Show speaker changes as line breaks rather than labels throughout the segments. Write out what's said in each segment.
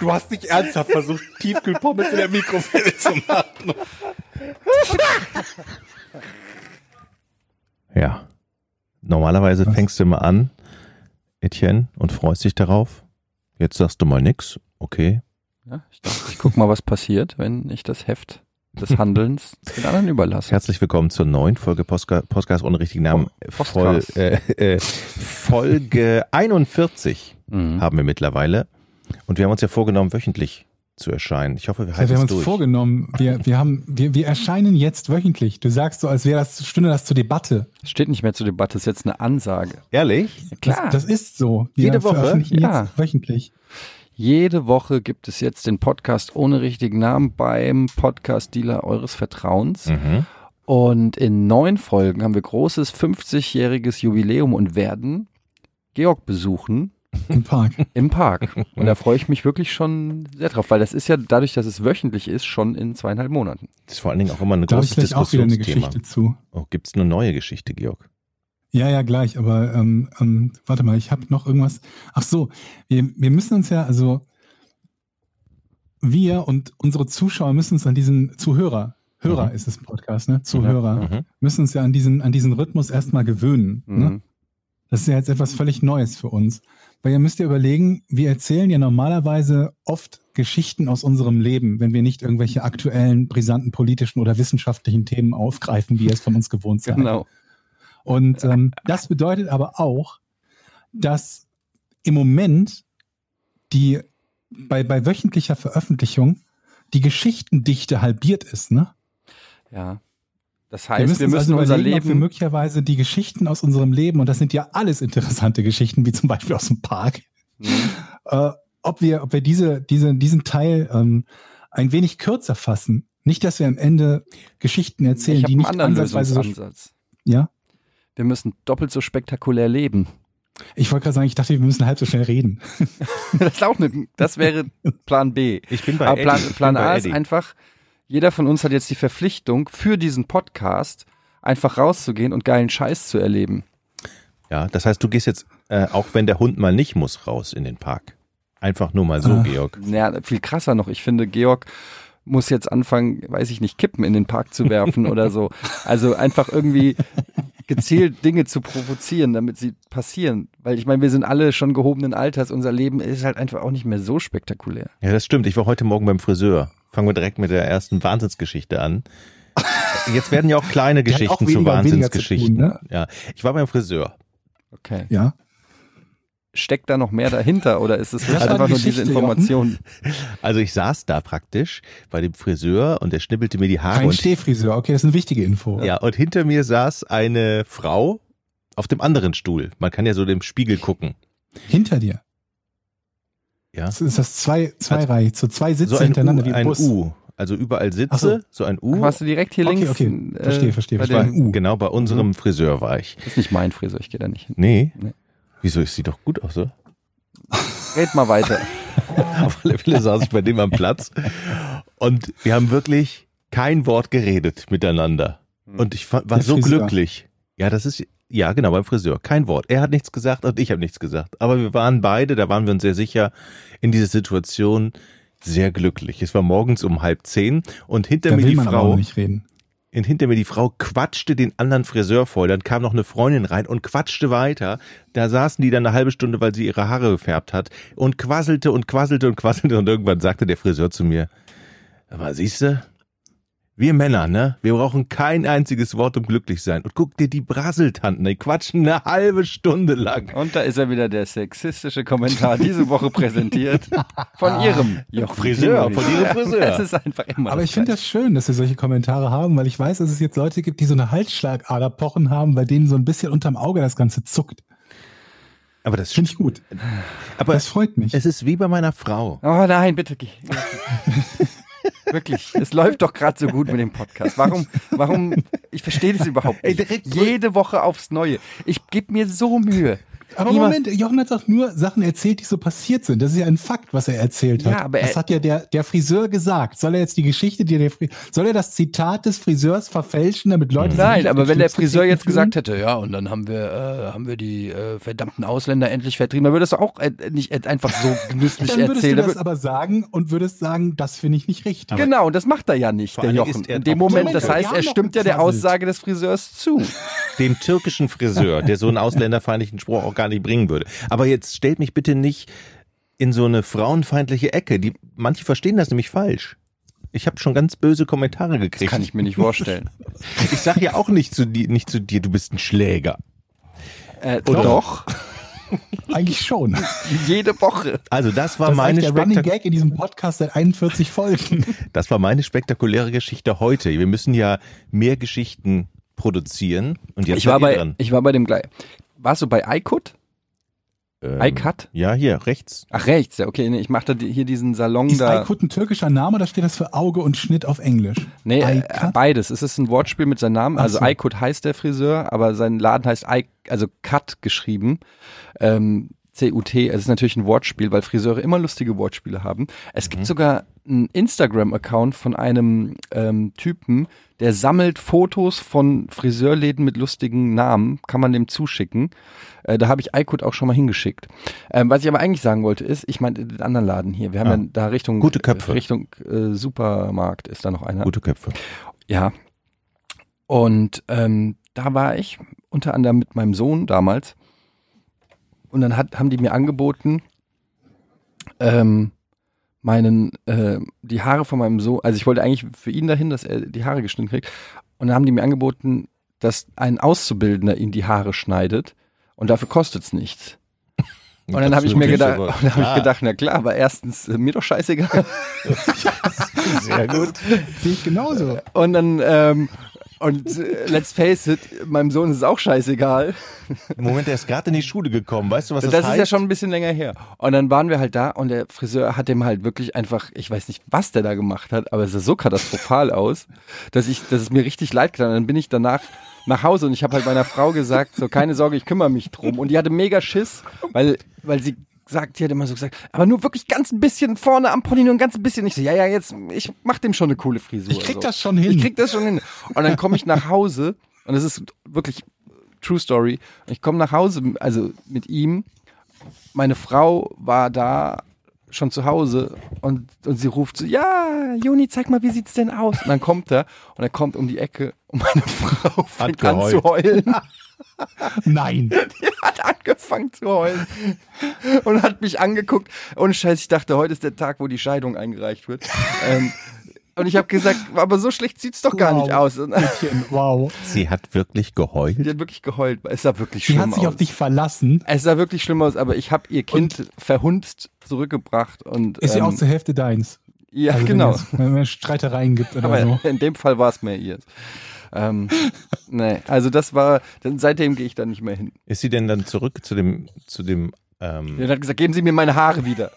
Du hast nicht ernsthaft versucht, Tiefkühlpommes in der Mikrowelle zu machen. Ja. Normalerweise Was? fängst du immer an, Etienne, und freust dich darauf. Jetzt sagst du mal nix, okay.
Ja, ich, dachte, ich guck mal, was passiert, wenn ich das Heft des Handelns den anderen überlasse.
Herzlich willkommen zur neuen Folge Postka Podcast ohne richtigen Namen. Post Voll, äh, äh, Folge 41 mhm. haben wir mittlerweile. Und wir haben uns ja vorgenommen, wöchentlich zu erscheinen. Ich hoffe, wir halten ja,
Wir haben
uns
durch. vorgenommen, wir, wir, haben, wir, wir erscheinen jetzt wöchentlich. Du sagst so, als wäre das, stünde das zur Debatte.
Es steht nicht mehr zur Debatte, ist jetzt eine Ansage.
Ehrlich?
Ja, klar. Das, das, ist so.
Wir Jede Woche?
ja. wöchentlich.
Jede Woche gibt es jetzt den Podcast ohne richtigen Namen beim Podcast-Dealer eures Vertrauens. Mhm. Und in neun Folgen haben wir großes 50-jähriges Jubiläum und werden Georg besuchen.
Im Park.
Im Park. Und da freue ich mich wirklich schon sehr drauf, weil das ist ja dadurch, dass es wöchentlich ist, schon in zweieinhalb Monaten.
Das ist vor allen Dingen auch immer eine da große Diskussion. auch wieder eine Geschichte zu. Oh, Gibt es eine neue Geschichte, Georg?
Ja, ja, gleich. Aber ähm, ähm, warte mal, ich habe noch irgendwas. Ach so, wir, wir müssen uns ja, also wir und unsere Zuschauer müssen uns an diesen Zuhörer Hörer mhm. ist es Podcast, ne? Zuhörer. Mhm. Mhm. Müssen uns ja an diesen, an diesen Rhythmus erstmal gewöhnen.
Mhm.
Ne? Das ist ja jetzt etwas völlig Neues für uns. Weil ihr müsst ja überlegen, wir erzählen ja normalerweise oft Geschichten aus unserem Leben, wenn wir nicht irgendwelche aktuellen, brisanten politischen oder wissenschaftlichen Themen aufgreifen, wie ihr es von uns gewohnt seid.
Genau.
Und ähm, das bedeutet aber auch, dass im Moment die bei, bei wöchentlicher Veröffentlichung die Geschichtendichte halbiert ist, ne?
Ja. Das heißt, wir müssen, wir müssen also unser Leben. Ob
wir möglicherweise die Geschichten aus unserem Leben, und das sind ja alles interessante Geschichten, wie zum Beispiel aus dem Park, mhm.
Hm.
äh, ob wir, ob wir diese, diese, diesen Teil ähm, ein wenig kürzer fassen. Nicht, dass wir am Ende Geschichten erzählen, die nicht
einen anderen ansatzweise Lösungsansatz.
So, ja?
Wir müssen doppelt so spektakulär leben.
Ich wollte gerade sagen, ich dachte, wir müssen halb so schnell reden.
das, auch eine, das wäre Plan B.
Ich bin bei Aber
Ah, Plan,
Eddie.
Plan
bei
A ist Eddie. einfach, jeder von uns hat jetzt die Verpflichtung, für diesen Podcast einfach rauszugehen und geilen Scheiß zu erleben.
Ja, das heißt, du gehst jetzt, äh, auch wenn der Hund mal nicht muss, raus in den Park. Einfach nur mal so, Ach. Georg.
Ja, viel krasser noch. Ich finde, Georg muss jetzt anfangen, weiß ich nicht, Kippen in den Park zu werfen oder so. Also einfach irgendwie gezielt Dinge zu provozieren, damit sie passieren. Weil ich meine, wir sind alle schon gehobenen Alters. Unser Leben ist halt einfach auch nicht mehr so spektakulär.
Ja, das stimmt. Ich war heute Morgen beim Friseur fangen wir direkt mit der ersten Wahnsinnsgeschichte an. Äh, Jetzt werden ja auch kleine Die Geschichten auch weniger, zu Wahnsinnsgeschichten. Zu tun, ne? ja. Ich war beim Friseur.
Okay.
Ja.
Steckt da noch mehr dahinter oder ist es also einfach nur diese Information?
Also ich saß da praktisch bei dem Friseur und er schnippelte mir die Haare.
Ein Stehfriseur, okay, das ist eine wichtige Info.
Ah, Ja, und hinter mir saß eine Frau auf dem anderen Stuhl. Man kann ja so dem Spiegel gucken.
Hinter dir?
Ja.
Das ist das zwei, zwei also, Reihe, so zwei Sitze so hintereinander
U, wie ein Bus. U. Also überall Sitze, so. so. ein U.
Ach, hast du direkt hier
okay,
links?
Okay, okay. Verstehe, verstehe.
Äh, bei U. Genau, bei unserem mhm. Friseur war ich.
Das ist nicht mein Friseur, ich gehe da nicht hin.
Nee. nee. Wieso? Ich sehe doch gut aus, oder?
Red mal weiter.
Auf alle Fälle saß ich bei dem am Platz. Und wir haben wirklich kein Wort geredet miteinander. Und ich war Hm. Der so Friseur. glücklich. Ja, das ist, ja, genau, beim Friseur. Kein Wort. Er hat nichts gesagt und ich habe nichts gesagt. Aber wir waren beide, da waren wir uns sehr sicher, in dieser Situation sehr glücklich. Es war morgens um halb zehn und hinter
da
mir die Frau.
Nicht reden.
Und hinter mir die Frau quatschte den anderen Friseur voll. Dann kam noch eine Freundin rein und quatschte weiter. Da saßen die dann eine halbe Stunde, weil sie ihre Haare gefärbt hat und quasselte und quasselte und quasselte. Und irgendwann sagte der Friseur zu mir, aber siehst du, wir Männer, ne? Wir brauchen kein einziges Wort, um glücklich sein. Und guck dir die Brasseltanten, die quatschen eine halbe Stunde lang.
Und da ist er wieder der sexistische Kommentar diese Woche präsentiert von ihrem
Jochen Friseur, von ihrem Friseur.
Das ist einfach immer.
Aber ich finde das schön, dass wir solche Kommentare haben, weil ich weiß, dass es jetzt Leute gibt, die so eine Halsschlagader pochen haben, bei denen so ein bisschen unterm Auge das Ganze zuckt.
Aber das
finde ich gut.
Aber
das freut mich.
Es ist wie bei meiner Frau.
Oh nein, bitte geh. Wirklich, es läuft doch gerade so gut mit dem Podcast. Warum, warum, ich verstehe das überhaupt
Ey,
nicht.
direkt zurück.
Jede Woche aufs Neue. Ich gebe mir so Mühe.
Aber
Niemand-
Moment, Jochen hat doch nur Sachen erzählt, die so passiert sind. Das ist ja ein Fakt, was er erzählt hat.
Ja, aber
das
er-
hat ja der, der Friseur gesagt. Soll er jetzt die Geschichte, die der Fri soll er das Zitat des Friseurs verfälschen, damit Leute sich
Nein,
nicht auf
aber
den
wenn der
Schlips
Friseur
getreten
jetzt
fühlen?
gesagt hätte, ja, und dann haben wir, äh, haben wir die äh, verdammten Ausländer endlich vertrieben, dann würde das auch äh, nicht äh, einfach so genüsslich
dann würdest
erzählen.
du
Dann
das
wür-
aber sagen und würdest sagen, das finde ich nicht richtig.
Genau, und das macht er ja nicht,
Vor
der
allen Dingen
Jochen.
ist er
In dem
auch-
Moment, das
Moment,
heißt,
wir
er
haben
stimmt
noch
ja der
gequasselt.
Aussage des Friseurs zu.
dem türkischen Friseur, der so einen ausländerfeindlichen Spruch auch gar nicht bringen würde. Aber jetzt stellt mich bitte nicht in so eine frauenfeindliche Ecke. Die, manche verstehen das nämlich falsch. Ich habe schon ganz böse Kommentare
Das
gekriegt.
kann ich mir nicht vorstellen.
ich sag ja auch nicht zu, dir, nicht zu dir, du bist ein Schläger.
Äh,
Oder?
doch,
Eigentlich schon.
jede Woche.
Also das war
Das ist
meine
eigentlich der Running
Spektak
Gag in diesem Podcast seit 41 Folgen.
das war meine spektakuläre Geschichte heute. Wir müssen ja mehr Geschichten produzieren und jetzt
Ich war,
seid ihr
bei, ich war bei dem gleich. Warst du bei iCut?
Ähm,
iCut?
Ja, hier rechts.
Ach, rechts, ja, okay. Nee, ich machte die, hier diesen Salon
Ist
da.
iCut ein türkischer Name oder steht das für Auge und Schnitt auf Englisch?
Nee, äh,
iCut?
beides. Es ist ein Wortspiel mit seinem Namen.
Ach
Also
so.
iCut heißt der Friseur, aber sein Laden heißt I, also Cut geschrieben. Ähm, C-U-T. Es ist natürlich ein Wortspiel, weil Friseure immer lustige Wortspiele haben. Es gibt sogar einen Instagram-Account von einem ähm, Typen, der sammelt Fotos von Friseurläden mit lustigen Namen. Kann man dem zuschicken. Äh, da habe ich iCut auch schon mal hingeschickt. Ähm, was ich aber eigentlich sagen wollte ist, ich meine den anderen Laden hier. Wir haben
Ah.
ja da Richtung
Gute Köpfe.
Richtung äh, Supermarkt ist da noch einer.
Gute Köpfe.
Ja. Und ähm, da war ich unter anderem mit meinem Sohn damals. Und dann hat, haben die mir angeboten, ähm, meinen, äh, die Haare von meinem Sohn, also ich wollte eigentlich für ihn dahin, dass er die Haare geschnitten kriegt. Und dann haben die mir angeboten, dass ein Auszubildender ihm die Haare schneidet und dafür kostet es nichts. Und dann habe ich mir gedacht, und dann hab
Ah,
ich gedacht, na klar, aber erstens, äh, mir doch scheißegal.
sehr gut.
Sehe ich genauso.
Und dann, ähm, und äh, let's face it, meinem Sohn ist es auch scheißegal.
Moment, der ist gerade in die Schule gekommen. Weißt du, was das,
Das, das ist
heißt?
ja schon ein bisschen länger her. Und dann waren wir halt da und der Friseur hat dem halt wirklich einfach, ich weiß nicht, was der da gemacht hat, aber es sah so katastrophal aus, dass ich, dass es mir richtig leid getan hat. Dann bin ich danach nach Hause und ich habe halt meiner Frau gesagt, so keine Sorge, ich kümmere mich drum. Und die hatte mega Schiss, weil, weil sie sagt, die hat immer so gesagt, aber nur wirklich ganz ein bisschen vorne am Pony, nur ein ganz ein bisschen. Ich so, ja, ja, jetzt, ich mach dem schon eine coole Frisur.
Ich krieg
so.
das schon hin.
Ich krieg das schon hin. Und dann komme ich nach Hause und es ist wirklich True Story. Ich komme nach Hause, also mit ihm. Meine Frau war da schon zu Hause und, und sie ruft so, ja, Juni, zeig mal, wie sieht's denn aus? Und dann kommt er und er kommt um die Ecke und meine Frau fängt an
geheult.
zu heulen.
Nein.
Die hat angefangen zu heulen und hat mich angeguckt. Und Scheiß, ich dachte, heute ist der Tag, wo die Scheidung eingereicht wird. ähm, und ich habe gesagt, aber so schlecht sieht's doch gar nicht aus.
Wow.
Und
Mädchen, Wow.
Sie hat wirklich
die
geheult.
hat wirklich geheult. Es sah wirklich
Die
schlimm
hat sich
aus.
auf dich verlassen.
es sah wirklich schlimm aus, aber ich habe ihr Kind verhunzt zurückgebracht und
Ist ja auch
ähm,
zur Hälfte deins.
ja
Also wenn
genau.
es- Wenn es Streitereien gibt oder
Aber
so.
in dem Fall war es mehr ihr. Ähm, nee, also das war, dann seitdem gehe ich da nicht mehr hin.
Ist sie denn dann zurück zu dem, zu dem, ähm,
Hm.
Er hat gesagt, geben Sie mir meine Haare wieder.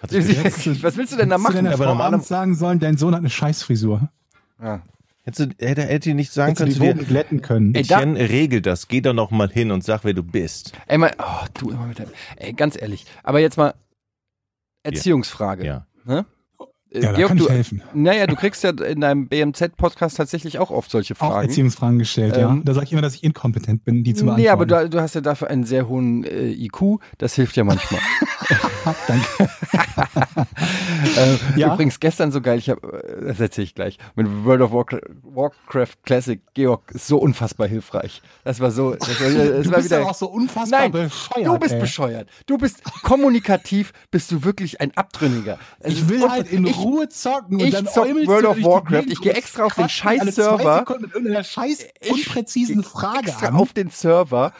hat sie-
Was willst du denn
Hättest
da
du
machen?
deiner
Aber
Frau
normaler-
abends sagen sollen, dein Sohn hat eine Scheißfrisur.
Ja.
hätte, hätte, hätte die nicht sagen
Hättest du
können
die
zu dir,
Wogen glätten können.
Ey, da-
Etienne, regel das, geh da noch mal hin und sag, wer du bist.
Ey, mal, oh, du immer mit deinem, ey, ganz ehrlich. Aber jetzt mal Erziehungsfrage.
Ja.
Äh,
ja, da
Georg,
kann ich
du,
helfen.
naja, du kriegst ja in deinem BMZ-Podcast tatsächlich auch oft solche
Auch
Fragen.
Erziehungsfragen gestellt, ja.
Ähm,
Da sage ich immer, dass ich inkompetent bin, die zu beantworten.
Nee, aber du, du hast ja dafür einen sehr hohen äh, IQ. Das hilft ja manchmal.
Danke.
äh,
Ja?
Übrigens, gestern so geil, ich hab, äh, das erzähl ich gleich, mit World of Warcraft, Warcraft Classic, Georg, ist so unfassbar hilfreich. Das war so, das war, das
Du
war
bist
wieder,
ja auch so unfassbar
Nein,
bescheuert.
du bist
ey.
bescheuert. Du bist kommunikativ, bist du wirklich ein Abtrünniger. Es
Ich
ist
will
unver-
halt in
ich,
Ruhe zocken und
ich
dann
zock
äumelst
World
du
of
durch die
Warcraft.
Gegend
Ich geh
und
extra auf den
quatsch mich alle
Scheiß-Server.
zwei Sekunden mit irgendeiner scheiß unpräzisen Frage
extra
an.
auf den Server,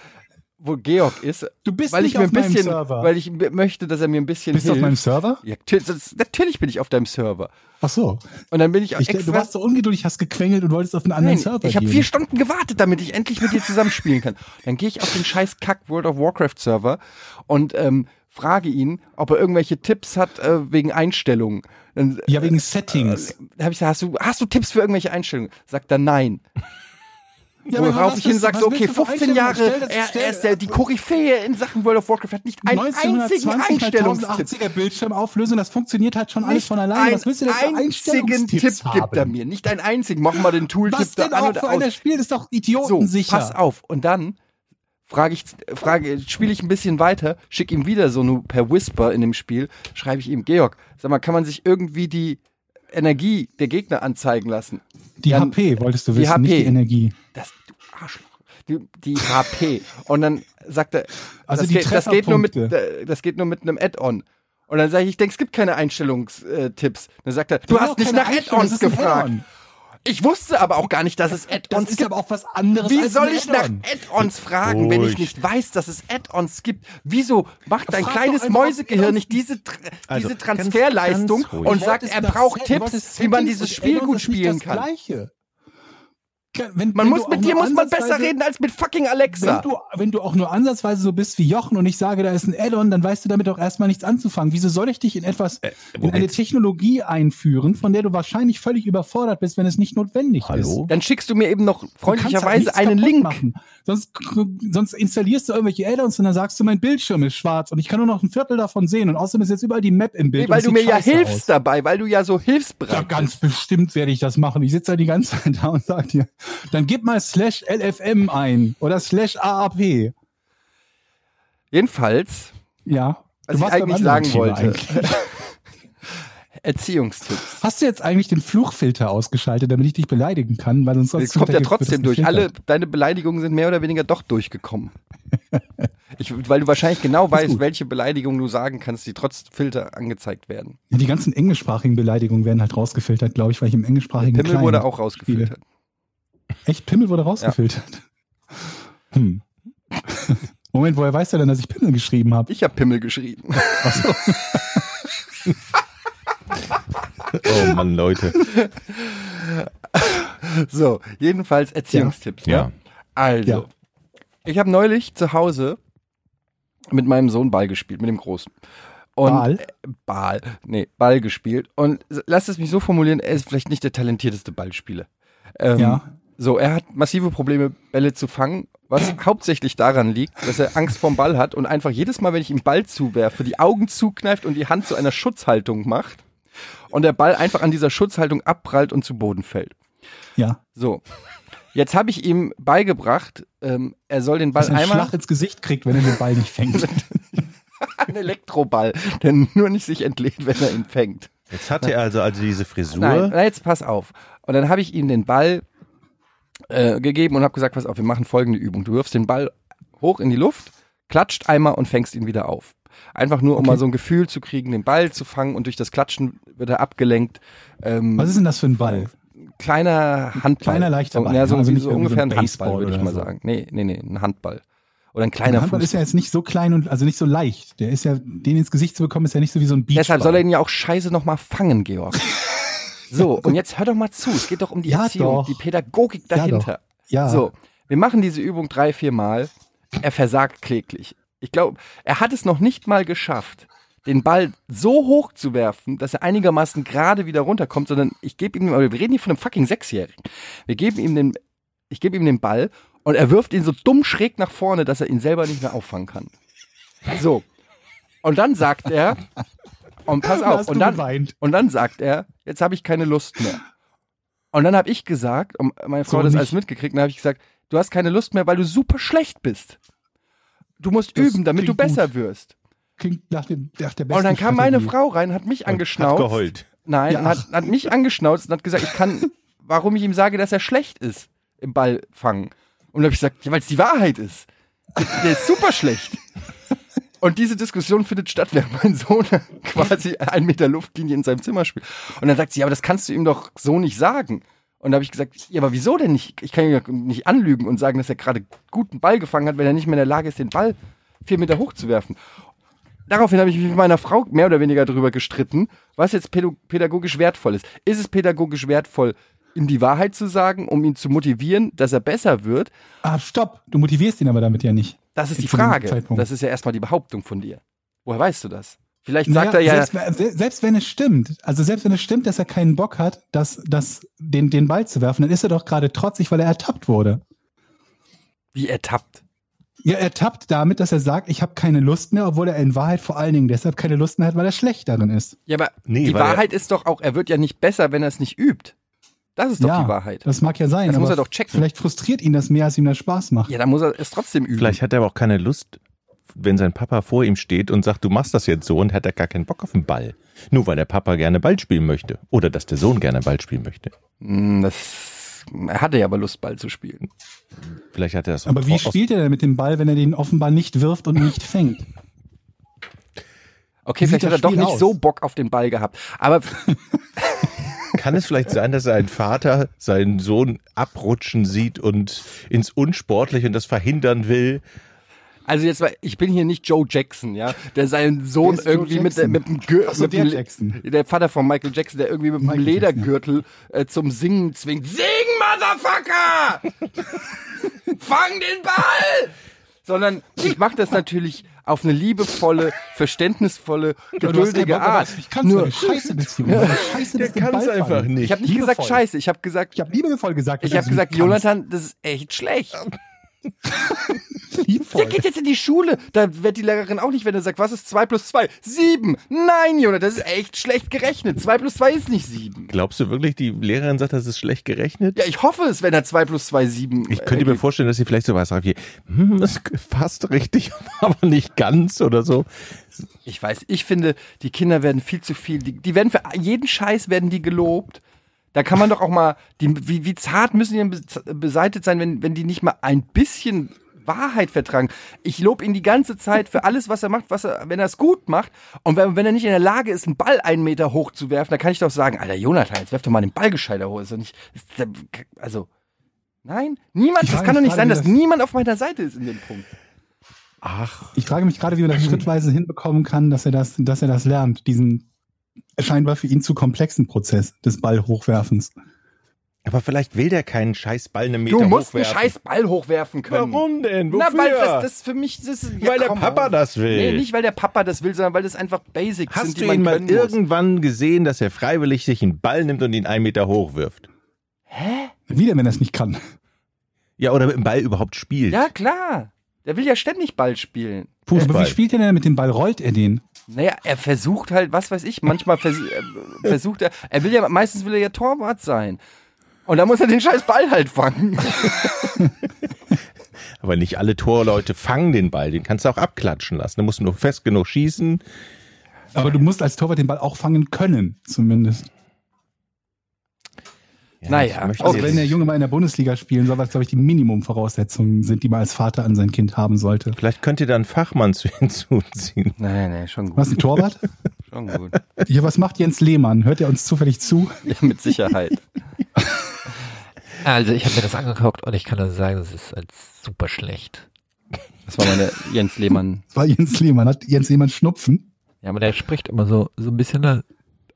wo Georg ist.
Du bist
weil
nicht
ich mir
auf
ein
meinem
bisschen,
Server.
Weil ich m- möchte, dass er mir ein bisschen
Bist du auf
hilft.
meinem Server?
ja, tü- das- natürlich bin ich auf deinem Server.
Ach so.
Und dann bin ich auch
Ich,
extra.
du warst so ungeduldig, hast gequengelt und wolltest auf einen anderen
Nein,
Server
ich habe
gehen.
vier Stunden gewartet, damit ich endlich mit dir zusammenspielen kann. Dann gehe ich auf den scheiß Kack World of Warcraft Server und ähm, frage ihn, ob er irgendwelche Tipps hat äh, wegen Einstellungen. Dann,
Ja, wegen Settings.
da habe ich gesagt, hast du, hast du Tipps für irgendwelche Einstellungen? Sagt er nein.
Ja, aber
Worauf
was
ich hin
ist-
sage,
was
okay,
willst du für
15
Einstellungen? Stell
Jahre,
das-
er,
stell-
er ist der, die Koryphäe in Sachen World of Warcraft, hat nicht einen einzigen
1920 mal
Einstellungstipp.
1080er Bildschirmauflösung, das funktioniert halt schon alles
Nicht
von alleine.
einen
Was willst du denn für
einzigen Tipp
Einstellungstipps haben?
gibt er mir. Nicht einen einzigen. Mach mal den Tooltip
Was
da
denn
an
auch
und
für
aus.
einer spielt, ist doch
So,
idiotensicher.
pass auf. Und dann frage ich, frage, spiele ich ein bisschen weiter, schicke ihm wieder so nur per Whisper in dem Spiel, schreibe ich ihm, Georg, sag mal, kann man sich irgendwie die Energie der Gegner anzeigen lassen?
Die
Ja,
HP wolltest du
die
wissen, nicht
HP.
die Energie.
Das, du Arschloch. Die, die HP. Und dann sagt er,
Also
das,
die
geht, das, geht nur mit,
Trefferpunkte.
äh, das geht nur mit einem Add-on. Und dann sage ich, ich denke, es gibt keine Einstellungstipps. Dann sagt er,
Das
du
ist
hast
doch
nicht
Genau keine
nach
Einstellung,
Add-ons
das ist ein
gefragt.
Add-on.
Ich wusste aber auch gar nicht, dass es
Das
Add-ons
ist
gibt.
aber auch was anderes
Wie
als
soll
ein
ich nach
Add-on.
Add-ons fragen, wenn ich
Ruhig.
nicht weiß, dass es Add-ons gibt? Wieso macht dein
Frag doch
kleines
einfach, ob
Mäusegehirn
Add-ons
nicht diese, Tr-
Also,
diese
ganz- ganz
Transferleistung
ruhig.
und
Du
sagt,
wolltest
er
das
braucht
Set- du wolltest
Tipps, wie man
Settings
dieses
und
Spiel
Add-ons
gut
ist nicht
spielen
das
kann?
Gleiche. Ke- Wenn,
Man
wenn
muss
du auch
mit dir
nur
muss man besser
ansatzweise-
reden als mit fucking Alexa.
Wenn du, wenn du auch nur ansatzweise so bist wie Jochen und ich sage, da ist ein Add-on, dann weißt du damit auch erstmal nichts anzufangen. Wieso soll ich dich in etwas, in eine
Äh, Moment.
Technologie einführen, von der du wahrscheinlich völlig überfordert bist, wenn es nicht notwendig ist?
Hallo?
Dann schickst du mir eben noch
Du kannst
freundlicherweise
halt nichts
einen
kaputt
Link.
machen. Sonst, sonst installierst du irgendwelche Add-ons und dann sagst du, mein Bildschirm ist schwarz und ich kann nur noch ein Viertel davon sehen und außerdem ist jetzt überall die Map im Bild.
Nee, weil
und es
du mir
sieht
ja
scheiße
hilfst
aus.
dabei, weil du ja so
Ja,
hilfsbereit
ganz bestimmt werde ich das machen. Ich sitze da die ganze Zeit da und sage dir, dann gib mal slash LFM ein oder slash AAP.
Jedenfalls,
Ja.
was
Du
ich
warst beim
eigentlich
anderen
sagen
Thema
wollte.
eigentlich.
Erziehungstipps.
Hast du jetzt eigentlich den Fluchfilter ausgeschaltet, damit ich dich beleidigen kann? Weil sonst
Es kommt ja
wird das
trotzdem durch.
gefiltert.
Alle deine Beleidigungen sind mehr oder weniger doch durchgekommen. Ich, weil du wahrscheinlich genau weißt,
gut.
welche Beleidigungen du sagen kannst, die trotz Filter angezeigt werden.
Ja, die ganzen englischsprachigen Beleidigungen werden halt rausgefiltert, glaube ich, weil ich im englischsprachigen
Pimmel
Kleinen-
wurde auch rausgefiltert.
Echt, Pimmel wurde rausgefiltert? Hm. Moment, woher weißt du denn, dass ich Pimmel geschrieben habe?
Ich habe Pimmel geschrieben.
Oh Mann, Leute.
So, jedenfalls Erziehungstipps.
Ja.
Ne? Also,
Ja.
ich habe neulich zu Hause mit meinem Sohn Ball gespielt, mit dem Großen. Und
Ball?
Äh, Ball, nee, Ball gespielt. Und s- lass es mich so formulieren, er ist vielleicht nicht der talentierteste Ballspieler. Ähm,
Ja.
So, er hat massive Probleme, Bälle zu fangen, was hauptsächlich daran liegt, dass er Angst vorm Ball hat und einfach jedes Mal, wenn ich ihm Ball zuwerfe, die Augen zukneift und die Hand zu einer Schutzhaltung macht und der Ball einfach an dieser Schutzhaltung abprallt und zu Boden fällt.
Ja.
So. Jetzt habe ich ihm beigebracht, ähm, er soll den Ball
Dass er einen
einmal
Schlag ins Gesicht kriegt, wenn er den Ball nicht fängt.
einen Elektroball, der nur nicht sich entlädt, wenn er ihn fängt.
Jetzt hatte er also, also diese Frisur.
Nein, na, jetzt pass auf. Und dann habe ich ihm den Ball äh, gegeben und habe gesagt, pass auf, wir machen folgende Übung. Du wirfst den Ball hoch in die Luft, klatscht einmal und fängst ihn wieder auf. Einfach nur, um mal so ein Gefühl zu kriegen, den Ball zu fangen und durch das Klatschen wird er abgelenkt. Ähm,
Was ist denn das für ein Ball?
kleiner Handball.
Kleiner, leichter Ball,
Ja, so,
ja, also
wie
nicht
so
irgendwie
ungefähr
so
ein
ein
Handball,
Baseball
würde ich
oder
mal
so.
sagen. Nee, nee, nee, ein Handball. Oder ein
Der
kleiner
Handball ist ja
Fußball.
jetzt nicht so klein und also nicht so leicht. Der ist ja, den ins Gesicht zu bekommen, ist ja nicht so wie so ein Beach.
Deshalb soll er ihn ja auch scheiße nochmal fangen, Georg. So, und jetzt hör doch mal zu. Es geht doch um die
Ja,
Erziehung,
doch.
die Pädagogik
Ja, doch.
dahinter.
ja.
So, wir machen diese Übung drei, vier Mal. Er versagt kläglich. Ich glaube, er hat es noch nicht mal geschafft, den Ball so hoch zu werfen, dass er einigermaßen gerade wieder runterkommt, sondern ich gebe ihm, wir reden hier von einem fucking Sechsjährigen. Wir geben ihm den, ich gebe ihm den Ball und er wirft ihn so dumm schräg nach vorne, dass er ihn selber nicht mehr auffangen kann. So. Und dann sagt er, und pass
Da
auf,
hast
und
du
dann,
geweint.
und dann sagt er, jetzt habe ich keine Lust mehr. Und dann habe ich gesagt, und meine Frau
So
hat das
nicht.
alles mitgekriegt, und dann habe ich gesagt, du hast keine Lust mehr, weil du super schlecht bist. Du musst
Das
üben, damit du
klingt gut.
besser wirst.
Klingt nach, dem, nach der besten
Und dann kam meine
Strategie.
Frau rein, hat mich
Hat
angeschnauzt.
geheult.
Nein,
Ja,
und hat, hat mich angeschnauzt und hat gesagt, ich kann, warum ich ihm sage, dass er schlecht ist im Ball fangen. Und dann habe ich gesagt, ja, weil es die Wahrheit ist. Der ist super schlecht. Und diese Diskussion findet statt, während mein Sohn quasi einen Meter Luftlinie in seinem Zimmer spielt. Und dann sagt sie, ja, aber das kannst du ihm doch so nicht sagen. Und da habe ich gesagt, ja, aber wieso denn nicht? Ich kann ihn ja nicht anlügen und sagen, dass er gerade guten Ball gefangen hat, wenn er nicht mehr in der Lage ist, den Ball vier Meter hochzuwerfen. Daraufhin habe ich mich mit meiner Frau mehr oder weniger darüber gestritten, was jetzt pädo- pädagogisch wertvoll ist. Ist es pädagogisch wertvoll, ihm die Wahrheit zu sagen, um ihn zu motivieren, dass er besser wird?
Ah, stopp. Du motivierst ihn aber damit ja nicht.
Das ist die
Zu dem
Frage.
Zeitpunkt.
Das ist ja erstmal die Behauptung von dir. Woher weißt du das? Vielleicht
Naja,
sagt er ja,
Selbst, se- selbst wenn es stimmt, also selbst wenn es stimmt, dass er keinen Bock hat, das, das, den, den Ball zu werfen, dann ist er doch gerade trotzig, weil er ertappt wurde.
wie ertappt.
Ja, ertappt damit, dass er sagt, ich habe keine Lust mehr, obwohl er in Wahrheit vor allen Dingen deshalb keine Lust mehr hat, weil er schlecht darin ist.
Ja, aber
Nee,
die
weil er-
Wahrheit ist doch auch, er wird ja nicht besser, wenn er es nicht übt. Das ist doch
ja,
die Wahrheit.
Das mag ja sein,
Das
aber
muss er doch checken.
vielleicht frustriert ihn das mehr, als ihm das Spaß macht.
Ja, dann muss er es trotzdem üben.
Vielleicht hat er aber auch keine Lust, wenn sein Papa vor ihm steht und sagt, du machst das jetzt so und hat er gar keinen Bock auf den Ball. Nur weil der Papa gerne Ball spielen möchte. Oder dass der Sohn gerne Ball spielen möchte.
Hm, Das, er hatte ja aber Lust, Ball zu spielen.
Vielleicht hat er das
Aber wie
aus-
spielt er denn mit dem Ball, wenn er den offenbar nicht wirft und nicht fängt?
Okay,
Wie sieht
vielleicht hat er
das
doch
Spiel
nicht
aus?
so Bock auf den Ball gehabt. Aber
Kann es vielleicht sein, dass sein Vater seinen Sohn abrutschen sieht und ins Unsportliche und das verhindern will?
also jetzt mal, ich bin hier nicht Joe Jackson, ja, der seinen Sohn
Wer ist Joe
irgendwie mit, der-
Jackson?
mit dem Gürtel.
Ach so,
mit dem
der
Le-
Jackson.
Der Vater von Michael Jackson, der irgendwie mit einem
Michael Jackson,
Ledergürtel äh, zum Singen zwingt. Sing, Motherfucker! Fang den Ball! Sondern ich mache das natürlich auf eine liebevolle, verständnisvolle,
Ja, du hast keinen
geduldige
Bock mehr
Art.
drauf. Ich kann's
Nur-
nicht. Scheiße bist du. Scheiße bist du im Ball fallen.
ich habe nicht gesagt
Liebevoll.
Scheiße, ich habe gesagt,
Ich habe liebevoll gesagt.
Ich
dass
Also
habe
du
gesagt,
nicht kannst.
Jonathan, das ist echt schlecht. Der
Liebevoll.
geht jetzt in die Schule. Da wird die Lehrerin auch nicht, wenn er sagt, was ist 2 plus 2? 7. Nein, Jonathan, das ist echt schlecht gerechnet. 2 plus 2 ist nicht 7.
Glaubst du wirklich, die Lehrerin sagt, das ist schlecht gerechnet?
Ja, ich hoffe es, wenn er 2 plus äh, 2 7.
Ich könnte mir vorstellen, dass sie vielleicht sowas sagt wie, hm, das ist fast richtig, aber nicht ganz oder so.
ich weiß, ich finde, die Kinder werden viel zu viel. Die, die werden für jeden Scheiß werden die gelobt. Da kann man doch auch mal, die, wie, wie zart müssen die denn bes- beseitigt sein, wenn, wenn die nicht mal ein bisschen Wahrheit vertragen. Ich lobe ihn die ganze Zeit für alles, was er macht, was er, wenn er es gut macht. Und wenn, wenn er nicht in der Lage ist, einen Ball einen Meter hoch zu werfen, dann kann ich doch sagen, Alter, Jonathan, jetzt werf doch mal den Ball gescheiter hoch. Ist doch nicht, ist, der- also, nein, niemand,
Ich
das
frage
kann doch
mich
nicht sein,
gerade,
dass
wie das-
niemand auf meiner Seite ist in dem Punkt.
Ach,
Ich frage mich gerade, wie man das schrittweise hinbekommen kann, dass er das, dass er das lernt, diesen scheinbar für ihn zu komplexen Prozess des Ballhochwerfens.
aber vielleicht will der keinen scheiß Ball eine Meter
Du musst einen
hochwerfen.
scheiß Ball hochwerfen können.
Warum denn? Wofür?
Na, weil das, das für mich das ist, ja,
Weil der
komm,
Papa
auf.
das will.
Nee, nicht weil der Papa das will, sondern weil das einfach Basics sind,
Hast
die
du
man
ihn mal
können muss.
irgendwann gesehen, dass er freiwillig sich einen Ball nimmt und ihn einen Meter hochwirft?
Wieder, wenn er es nicht kann.
Ja, oder mit dem Ball überhaupt spielt.
Ja, klar. Der will ja ständig Ball spielen.
Aber
Fußball.
wie spielt er denn mit dem Ball? Rollt er den?
Naja, er versucht halt, was weiß ich, manchmal vers äh, versucht er, er will ja, meistens will er ja Torwart sein. Und da muss er den scheiß Ball halt fangen.
Aber nicht alle Torleute fangen den Ball. Den kannst du auch abklatschen lassen. Da musst du nur fest genug schießen.
Aber du musst als Torwart den Ball auch fangen können, zumindest.
Ja,
Naja,
ich möchte
Also
Okay.
jetzt-
wenn der Junge mal in der Bundesliga spielen soll, was glaube ich die Minimumvoraussetzungen sind, die man als Vater an sein Kind haben sollte.
Vielleicht könnt ihr da einen Fachmann zu hinzuziehen.
Nein, nein, schon gut,
Was ein Torwart?
schon gut.
Ja, was macht Jens Lehmann? Hört er uns zufällig zu?
Ja, mit Sicherheit.
Also ich habe mir das angeguckt und ich kann nur sagen, das ist halt super schlecht.
Das war meine Jens Lehmann.
Das war Jens Lehmann. Hat Jens Lehmann Schnupfen?
Ja, aber der spricht immer so, so ein bisschen. ne?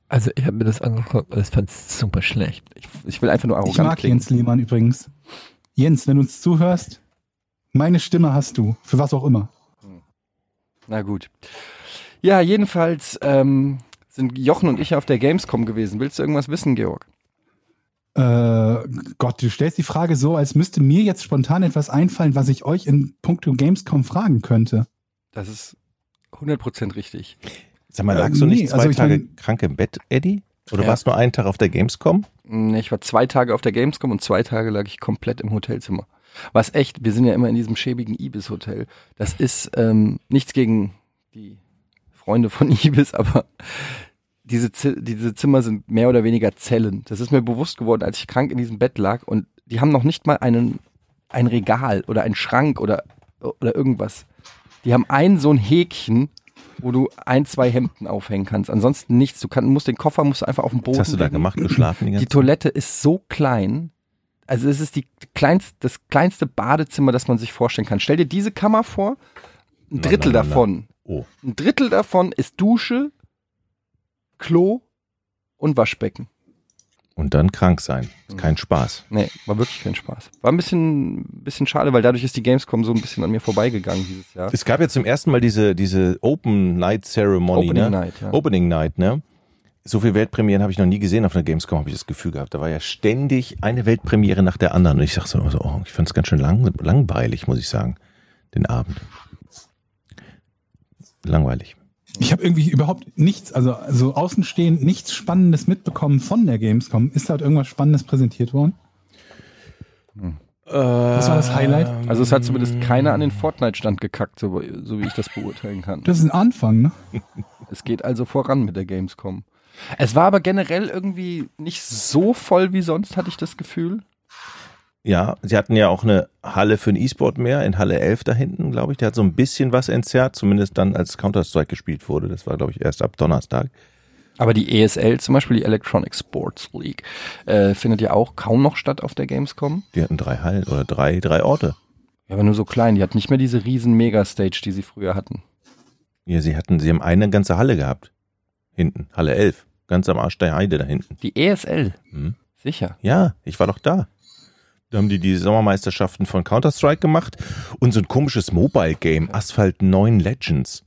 Also ich habe mir das angeguckt und ich fand es super schlecht.
Ich, ich will einfach nur arrogant
ich mag
klingen.
Jens Lehmann übrigens. Jens, wenn du uns zuhörst, meine Stimme hast du. Für was auch immer.
Na gut. Ja, jedenfalls ähm, sind Jochen und ich auf der Gamescom gewesen. Willst du irgendwas wissen, Georg?
Äh, Gott, du stellst die Frage so, als müsste mir jetzt spontan etwas einfallen, was ich euch in puncto Gamescom fragen könnte.
Das ist 100% richtig.
Sag mal,
Äh,
lagst du
nee,
nicht zwei
also ich
Tage
mein-
krank im Bett, Eddie? Oder
Ja.
warst du nur einen Tag auf der Gamescom?
Nee, Ich war zwei Tage auf der Gamescom und zwei Tage lag ich komplett im Hotelzimmer. Was echt, wir sind ja immer in diesem schäbigen Ibis-Hotel. Das ist ähm, nichts gegen die Freunde von Ibis, aber diese, Zi- diese Zimmer sind mehr oder weniger Zellen. Das ist mir bewusst geworden, als ich krank in diesem Bett lag und die haben noch nicht mal einen, ein Regal oder einen Schrank oder, oder irgendwas. Die haben ein so ein Häkchen, wo du ein, zwei Hemden aufhängen kannst. Ansonsten nichts. Du kann, musst den Koffer musst du einfach auf den Boden
Was hast du da
legen.
gemacht? Geschlafen die
Die
ganze
Toilette ist so klein. Also es ist die kleinst, das kleinste Badezimmer, das man sich vorstellen kann. Stell dir diese Kammer vor, ein
Na,
Drittel
na, na, na.
davon.
Oh.
Ein Drittel davon ist Dusche, Klo und Waschbecken.
Und dann krank sein. Ist Kein Spaß.
Nee, war wirklich kein Spaß. War ein bisschen, bisschen schade, weil dadurch ist die Gamescom so ein bisschen an mir vorbeigegangen dieses Jahr.
Es gab ja zum ersten Mal diese, diese Open Night Ceremony,
Opening
ne?
Night, ja.
Opening Night, ne? So viel Weltpremieren habe ich noch nie gesehen auf einer Gamescom, habe ich das Gefühl gehabt. Da war ja ständig eine Weltpremiere nach der anderen. Und ich dachte so, so, oh, ich fand es ganz schön lang, langweilig, muss ich sagen, den Abend. Langweilig.
Ich habe irgendwie überhaupt nichts, also, also außenstehend nichts Spannendes mitbekommen von der Gamescom. Ist da halt irgendwas Spannendes präsentiert worden?
Was
war das Highlight?
Äh, Also es hat zumindest keiner an den Fortnite-Stand gekackt, so, so wie ich das beurteilen kann.
Das ist ein Anfang, ne?
Es geht also voran mit der Gamescom. Es war aber generell irgendwie nicht so voll wie sonst, hatte ich das Gefühl.
Ja, sie hatten ja auch eine Halle für den E-Sport mehr, in Halle 11 da hinten, glaube ich. Der hat so ein bisschen was entzerrt, zumindest dann, als Counter-Strike gespielt wurde. Das war, glaube ich, erst ab Donnerstag.
Aber die ESL, zum Beispiel die Electronic Sports League, äh, findet ja auch kaum noch statt auf der Gamescom.
Die hatten drei Hallen oder drei, drei Orte.
Ja, aber nur so klein. Die hat nicht mehr diese riesen Mega-Stage, die sie früher hatten.
Ja, sie hatten, sie haben eine ganze Halle gehabt. Hinten, Halle 11. Ganz am Arsch der Heide da hinten.
Die ESL,
Hm.
sicher.
Ja, ich war doch da. Da haben die die Sommermeisterschaften von Counter-Strike gemacht und so ein komisches Mobile-Game, Asphalt 9 Legends.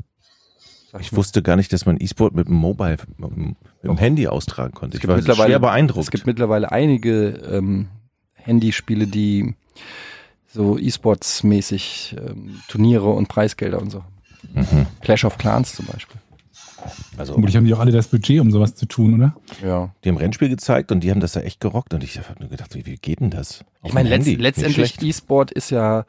Sag
Ich wusste gar nicht, dass man E-Sport mit dem Mobile, mit dem mit dem
Doch.
Handy austragen konnte.
Oh. Es
Ich
gibt
war
mittlerweile-
schwer beeindruckt.
Es gibt mittlerweile einige ähm, Handyspiele, die so E-Sports-mäßig ähm, Turniere und Preisgelder und so.
Mhm.
Clash of Clans zum Beispiel.
Also,
Vermutlich haben die auch alle das Budget, um sowas zu tun, oder?
Ja.
die haben Rennspiel gezeigt und die haben das da echt gerockt und ich habe nur gedacht, wie, wie geht denn das? Auf
Ich meine,
dem
letzt,
Handy. Nicht
letztendlich
schlecht.
E-Sport ist ja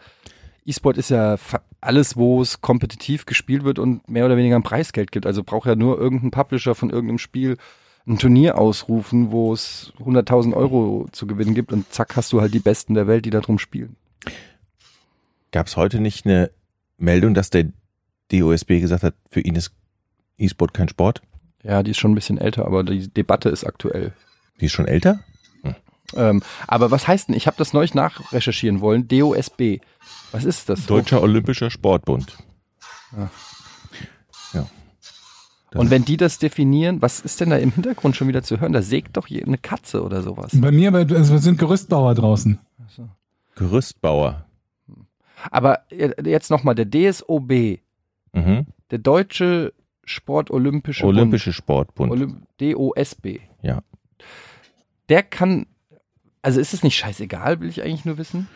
E-Sport ist ja fa- alles, wo es kompetitiv gespielt wird und mehr oder weniger ein Preisgeld gibt. Also braucht ja nur irgendein Publisher von irgendeinem Spiel ein Turnier ausrufen, wo es 100.000 Euro zu gewinnen gibt und zack hast du halt die Besten der Welt, die da drum spielen.
Gab es heute nicht eine Meldung, dass der DOSB gesagt hat, für ihn ist E-Sport kein Sport?
Ja, die ist schon ein bisschen älter, aber die Debatte ist aktuell.
Die ist schon älter?
Ähm, aber was heißt denn? Ich habe das neulich nachrecherchieren wollen. DOSB. Was ist das?
Deutscher Olympischer Sportbund.
Ah.
Ja.
Und wenn die das definieren, was ist denn da im Hintergrund schon wieder zu hören? Da sägt doch je- eine Katze oder sowas. Also.
Bei mir bei, also sind Gerüstbauer draußen.
Gerüstbauer.
Aber je- jetzt nochmal, der DSOB,
Mhm.
der Deutsche Sport-Olympische
Olympische Sportbund.
Bund, Olymp DOSB.
Ja.
Der kann, also ist es nicht scheißegal, will ich eigentlich nur wissen?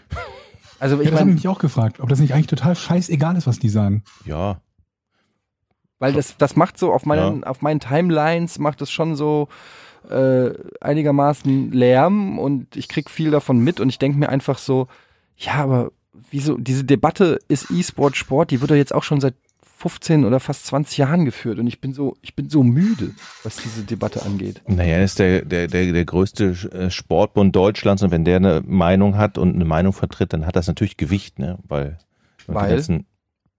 Also
Ja,
ich
das habe ich
meine,
mich auch gefragt, ob das nicht eigentlich total scheißegal ist, was die sagen.
ja.
weil das, das macht so auf meinen, auf meinen Timelines, macht das schon so äh, einigermaßen Lärm und ich krieg viel davon mit und ich denke mir einfach so, ja, aber wieso, diese Debatte ist E-Sport Sport, die wird doch jetzt auch schon seit 15 oder fast 20 Jahren geführt und ich bin so, ich bin so müde, was diese Debatte angeht.
Naja, das ist der, der, der, der größte äh, Sportbund Deutschlands und wenn der eine Meinung hat und eine Meinung vertritt, dann hat das natürlich Gewicht, ne? Weil. die
Weil?
ganzen-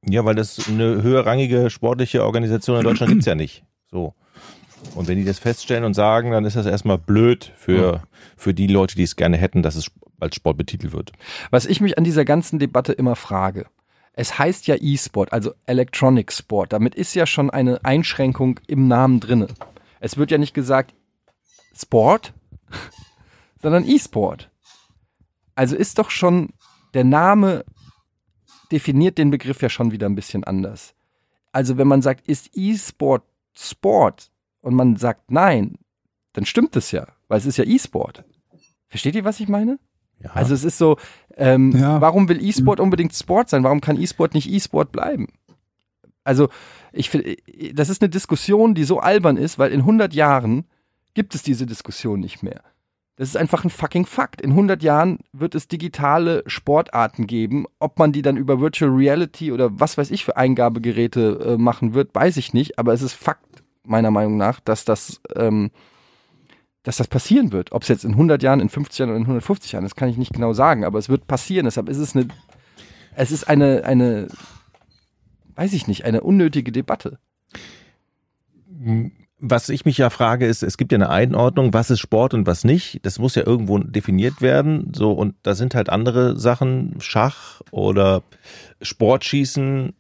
ja, weil das eine höherrangige sportliche Organisation in Deutschland gibt's ja nicht. So. Und wenn die das feststellen und sagen, dann ist das erstmal blöd für, für die Leute, die es gerne hätten, dass es als Sport betitelt wird.
Was ich mich an dieser ganzen Debatte immer frage, es heißt ja E-Sport, also Electronic Sport. Damit ist ja schon eine Einschränkung im Namen drinne. Es wird ja nicht gesagt Sport, sondern E-Sport. Also ist doch schon der Name definiert den Begriff ja schon wieder ein bisschen anders. Also wenn man sagt, ist E-Sport Sport und man sagt nein, dann stimmt es ja, weil es ist ja E-Sport. Versteht ihr, was ich meine?
Ja.
Also es ist so, ähm,
Ja.
warum will E-Sport unbedingt Sport sein? Warum kann E-Sport nicht E-Sport bleiben? Also ich finde, das ist eine Diskussion, die so albern ist, weil in 100 Jahren gibt es diese Diskussion nicht mehr. Das ist einfach ein fucking Fakt. In 100 Jahren wird es digitale Sportarten geben. Ob man die dann über Virtual Reality oder was weiß ich für Eingabegeräte äh, machen wird, weiß ich nicht. Aber es ist Fakt, meiner Meinung nach, dass das, ähm, dass das passieren wird. Ob es jetzt in 100 Jahren, in 50 Jahren oder in 150 Jahren, das kann ich nicht genau sagen. Aber es wird passieren. Deshalb ist es eine, es ist eine, eine, weiß ich nicht, eine unnötige Debatte.
Was ich mich ja frage, ist, es gibt ja eine Einordnung, was ist Sport und was nicht. Das muss ja irgendwo definiert werden. So, und da sind halt andere Sachen, Schach oder Sportschießen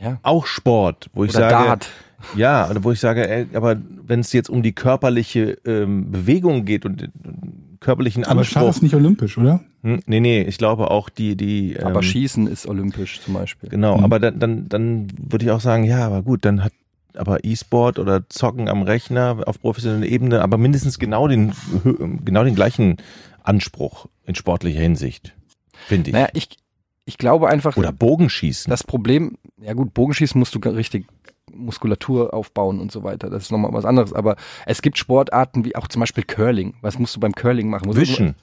Ja.
Auch Sport, wo ich
Oder
sage,
Dart.
ja, wo ich sage, ey, aber wenn es jetzt um die körperliche ähm, Bewegung geht und den körperlichen
Aber Schach
Anspruch,
ist nicht olympisch, oder?
hm, nee, nee, ich glaube auch die, die, ähm,
Aber Schießen ist olympisch zum Beispiel.
Genau,
Mhm.
aber dann, dann, dann würde ich auch sagen, ja, aber gut, dann hat aber E-Sport oder Zocken am Rechner auf professioneller Ebene, aber mindestens genau den, hö- genau den gleichen Anspruch in sportlicher Hinsicht, finde ich.
Naja, ich, ich glaube einfach,
oder Bogenschießen.
das Problem, ja gut, Bogenschießen musst du gar- richtig Muskulatur aufbauen und so weiter. Das ist nochmal was anderes. Aber es gibt Sportarten wie auch zum Beispiel Curling. Was musst du beim Curling machen? Musst du-
Wischen.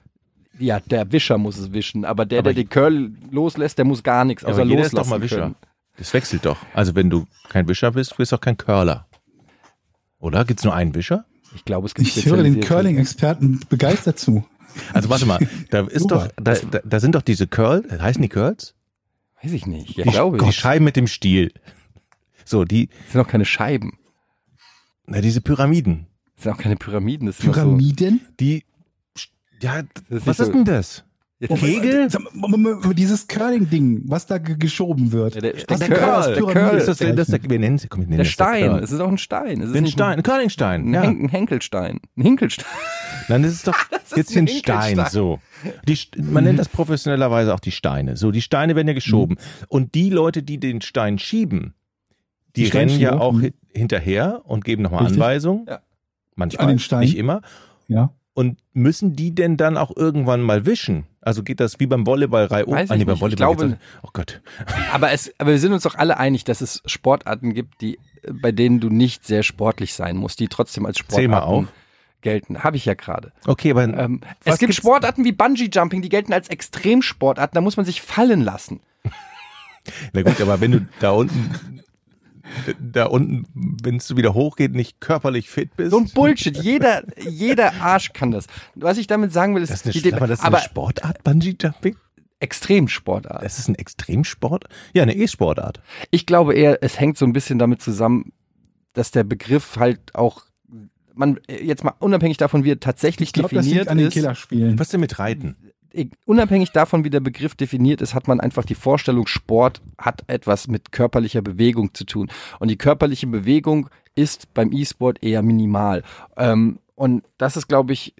Ja, der Wischer muss es wischen. Aber der,
Aber
der die Curl loslässt, der muss gar nichts. Außer
aber jeder ist doch
loslassen
mal Wischer.
können.
Das wechselt doch. Also wenn du kein Wischer bist, bist du auch kein Curler. Oder? Gibt es nur einen Wischer?
Ich glaube, es gibt
Ich höre den
spezialisierte-
Curling-Experten begeistert zu.
Also warte mal, da ist doch,
Super.
da, da, da sind doch diese Curl, heißen die Curls?
Weiß ich nicht. Ja,
die,
glaube
die
ich.
Scheiben mit dem Stiel. So, die,
Das sind auch keine Scheiben.
na, diese Pyramiden.
Das sind auch keine Pyramiden. Das sind auch so,
Pyramiden?
Die. Ja,
ist
was
nicht
ist
so-
denn das?
Ja, das-
Kegel?
Sag mal, m- m- m- Dieses Curling-Ding, was da ge- geschoben wird.
Ja, der, der,
Was
der
ist
Curl,
Curl?
der
Pyramide
Curl,
Ist das, denn- das, wir nennen sie, komm, wir nennen
der
das
Stein.
Curl.
Es ist auch ein Stein. Es ist
Den
nicht
Stein, ein Curlingstein.
Ein,
Ja.
Hen- ein Henkelstein. Ein Hinkelstein.
Nein, das ist doch
ist
jetzt hier
ein
ein Stein.
Hinkelstein.
So. Die, St- man nennt das professionellerweise auch die Steine. So, die Steine werden ja geschoben.
Mhm.
Und die Leute, die den Stein schieben, die,
Die
rennen ja
Steinschieber.
auch
Mhm.
hi- hinterher und geben nochmal
Richtig.
Anweisungen.
Ja.
Manchmal,
An den Stein.
nicht immer.
Ja.
Und müssen die denn dann auch irgendwann mal wischen? Also geht das wie beim Volleyball reihum?
Weiß ich
Ah, nee, beim
nicht. Ich
Volleyball
glaube-
geht's auch- oh Gott.
Aber, es, aber wir sind uns doch alle einig, dass es Sportarten gibt, die, bei denen du nicht sehr sportlich sein musst, die trotzdem als
Zähl
Sportarten
mal auf.
gelten. Habe ich ja gerade.
Okay, aber
Ähm,
Was
es gibt
gibt's-
Sportarten wie Bungee-Jumping, die gelten als Extremsportarten. Da muss man sich fallen lassen.
Na gut, aber wenn du da unten, da unten, wenn es wieder hochgeht, nicht körperlich fit bist.
So ein Bullshit. Jeder, jeder Arsch kann das. Was ich damit sagen will, ist,
das ist eine,
die
Sch-
Deb-
aber das ist
aber
eine Sportart, Bungee Jumping?
Extremsportart.
Das ist ein Extremsport? Ja, eine E-Sportart.
Ich glaube eher, es hängt so ein bisschen damit zusammen, dass der Begriff halt auch, man jetzt mal unabhängig davon, wie er tatsächlich
Ich glaube, das
definiert
liegt an den
ist,
Killerspielen.
Was denn mit Reiten?
e- unabhängig davon, wie der Begriff definiert ist, hat man einfach die Vorstellung, Sport hat etwas mit körperlicher Bewegung zu tun. Und die körperliche Bewegung ist beim E-Sport eher minimal. Ähm, und das ist, glaube ich,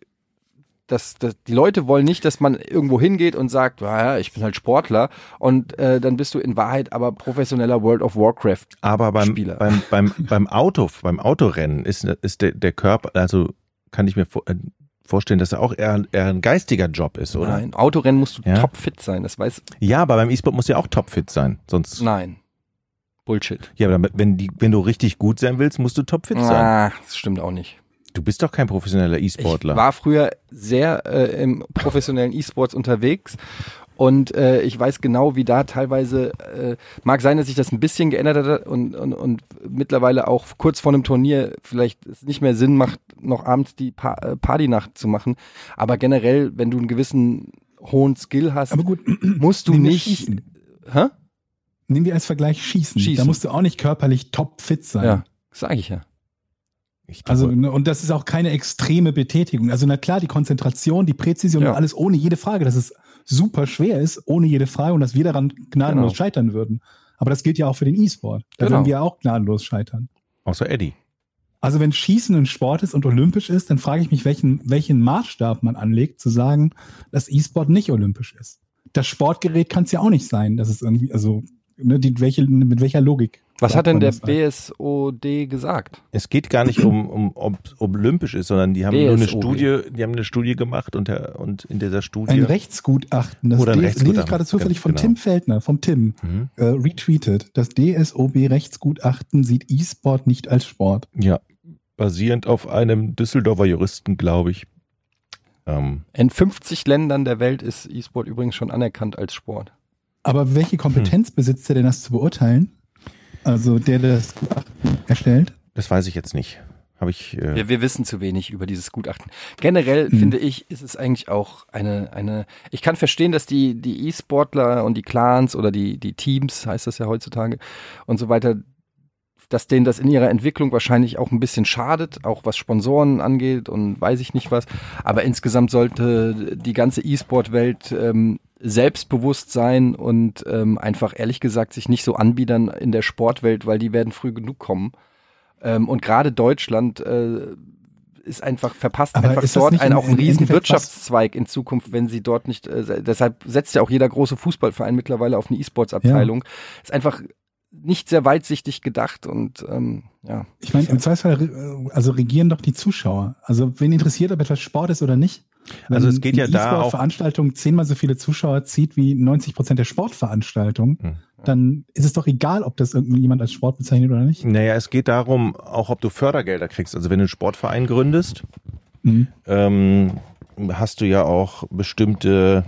dass, dass die Leute wollen nicht, dass man irgendwo hingeht und sagt, "Ah, ja, ich bin halt Sportler und äh, dann bist du in Wahrheit aber professioneller World of Warcraft.
Aber beim,
Spieler.
beim, beim, beim Auto, beim Autorennen ist, ist der, der Körper, also kann ich mir vor, äh, vorstellen, dass er auch eher, eher ein geistiger Job ist, oder?
Nein, Autorennen musst du
Ja.
topfit sein, das weiß
Ja, aber beim E-Sport muss ja auch topfit sein. Sonst,
nein. Bullshit.
ja, aber wenn, die, wenn du richtig gut sein willst, musst du topfit sein.
Ah, das stimmt auch nicht.
Du bist doch kein professioneller
Ich
E-Sportler.
war früher sehr äh, im professionellen E-Sports unterwegs und äh, ich weiß genau, wie da teilweise äh, mag sein, dass sich das ein bisschen geändert hat und, und, und mittlerweile auch kurz vor einem Turnier vielleicht es nicht mehr Sinn macht, noch abends die pa äh, Partynacht zu machen. Aber generell, wenn du einen gewissen hohen Skill hast,
Aber gut,
musst du
nehmen wir
nicht.
Schießen.
Hä?
Nehmen wir als Vergleich Schießen.
Schießen.
Da musst du auch nicht körperlich topfit sein.
Ja, sage ich ja.
Ich glaube-
Also, ne, und das ist auch keine extreme Betätigung. Also, na klar, die Konzentration, die Präzision
Ja.
und alles ohne jede Frage, dass es super schwer ist, ohne jede Frage und dass wir daran gnadenlos
Genau.
scheitern würden. Aber das gilt ja auch für den E-Sport. Da
Genau.
würden wir auch gnadenlos scheitern.
Außer Eddie.
Also, wenn Schießen ein Sport ist und olympisch ist, dann frage ich mich, welchen, welchen Maßstab man anlegt, zu sagen, dass E-Sport nicht olympisch ist. Das Sportgerät kann es ja auch nicht sein. Das ist irgendwie, also, ne, die, welche, mit welcher Logik?
Was hat
sagt
denn
man
der
das dann?
BSOD gesagt?
Es geht gar nicht um, um ob es olympisch ist, sondern die haben nur eine
BSOB.
Studie, die haben eine Studie gemacht und, der, und in dieser
Ein
Studie.
Rechtsgutachten, das
Oder ein
D- lese
Rechtsgutachten,
ich gerade zufällig
ganz
von
genau.
Tim Feldner, vom Tim,
Mhm.
äh, retweetet. Das DSOB-Rechtsgutachten sieht E-Sport nicht als Sport.
Ja, basierend auf einem Düsseldorfer Juristen, glaube ich. Ähm,
In 50 Ländern der Welt ist E-Sport übrigens schon anerkannt als Sport.
Aber
Hm.
welche Kompetenz besitzt er denn, das zu beurteilen? Also der, der das Gutachten erstellt?
das weiß ich jetzt nicht. Habe ich. Äh,
Wir, wir wissen zu wenig über dieses Gutachten. Generell
Hm.
finde ich, ist es eigentlich auch eine, eine, ich kann verstehen, dass die, die E-Sportler und die Clans oder die, die Teams, heißt das ja heutzutage, und so weiter, dass denen das in ihrer Entwicklung wahrscheinlich auch ein bisschen schadet, auch was Sponsoren angeht und weiß ich nicht was. Aber insgesamt sollte die ganze E-Sport-Welt ähm, Selbstbewusstsein und ähm, einfach ehrlich gesagt sich nicht so anbiedern in der Sportwelt, weil die werden früh genug kommen. Ähm, und gerade Deutschland äh, ist einfach verpasst
Aber
einfach
ist das
dort
nicht
einen
im-
auch einen
im
riesen
Endeffekt was-
Wirtschaftszweig in Zukunft, wenn sie dort nicht äh, se- deshalb setzt ja auch jeder große Fußballverein mittlerweile auf eine E-Sports Abteilung. Ist einfach nicht sehr weitsichtig gedacht und ähm, ja.
Ich meine, im Zweifelsfall re- also regieren doch die Zuschauer. Also wen interessiert, ob etwas Sport ist oder nicht? Wenn
Also es geht ja
eine
da auch-
E-Sport-Veranstaltung zehnmal so viele Zuschauer zieht wie 90 Prozent der Sportveranstaltungen,
Hm.
dann ist es doch egal, ob das irgendjemand als Sport bezeichnet oder nicht.
Naja, es geht darum, auch ob du Fördergelder kriegst. Also wenn du einen Sportverein gründest,
Mhm.
ähm, hast du ja auch bestimmte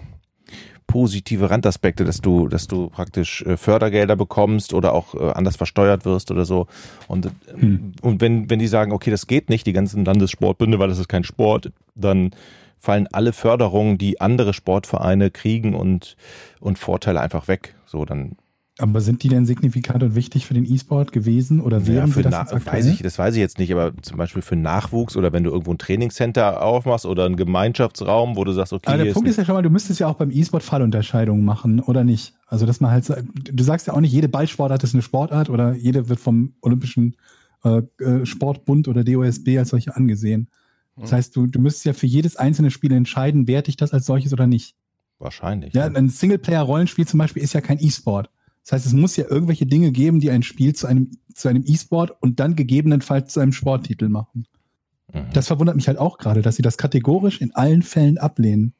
positive Randaspekte, dass du, dass du praktisch äh, Fördergelder bekommst oder auch äh, anders versteuert wirst oder so. Und, äh,
Hm.
und wenn, wenn die sagen, okay, das geht nicht, die ganzen Landessportbünde, weil das ist kein Sport, dann fallen alle Förderungen, die andere Sportvereine kriegen und, und Vorteile einfach weg. So, dann
Aber sind die denn signifikant und wichtig für den E-Sport gewesen oder
Ja,
wären
für
sie das
Na-
jetzt aktuell?
weiß ich, das weiß ich jetzt nicht, aber zum Beispiel für Nachwuchs oder wenn du irgendwo ein Trainingscenter aufmachst oder einen Gemeinschaftsraum, wo du sagst, okay,
Aber Ah, der
hier
Punkt ist ja schon mal, du müsstest ja auch beim E-Sport Fallunterscheidungen machen, oder nicht? Also, dass man halt, sagt- du sagst ja auch nicht, jede Ballsportart ist eine Sportart oder jede wird vom Olympischen äh, äh, Sportbund oder DOSB als solche angesehen. Das heißt, du, du müsstest ja für jedes einzelne Spiel entscheiden, werte ich das als solches oder nicht.
wahrscheinlich.
Ja,
ne?
ein Singleplayer-Rollenspiel zum Beispiel ist ja kein E-Sport. Das heißt, es muss ja irgendwelche Dinge geben, die ein Spiel zu einem, zu einem E-Sport und dann gegebenenfalls zu einem Sporttitel machen.
Mhm.
Das verwundert mich halt auch gerade, dass sie das kategorisch in allen Fällen ablehnen.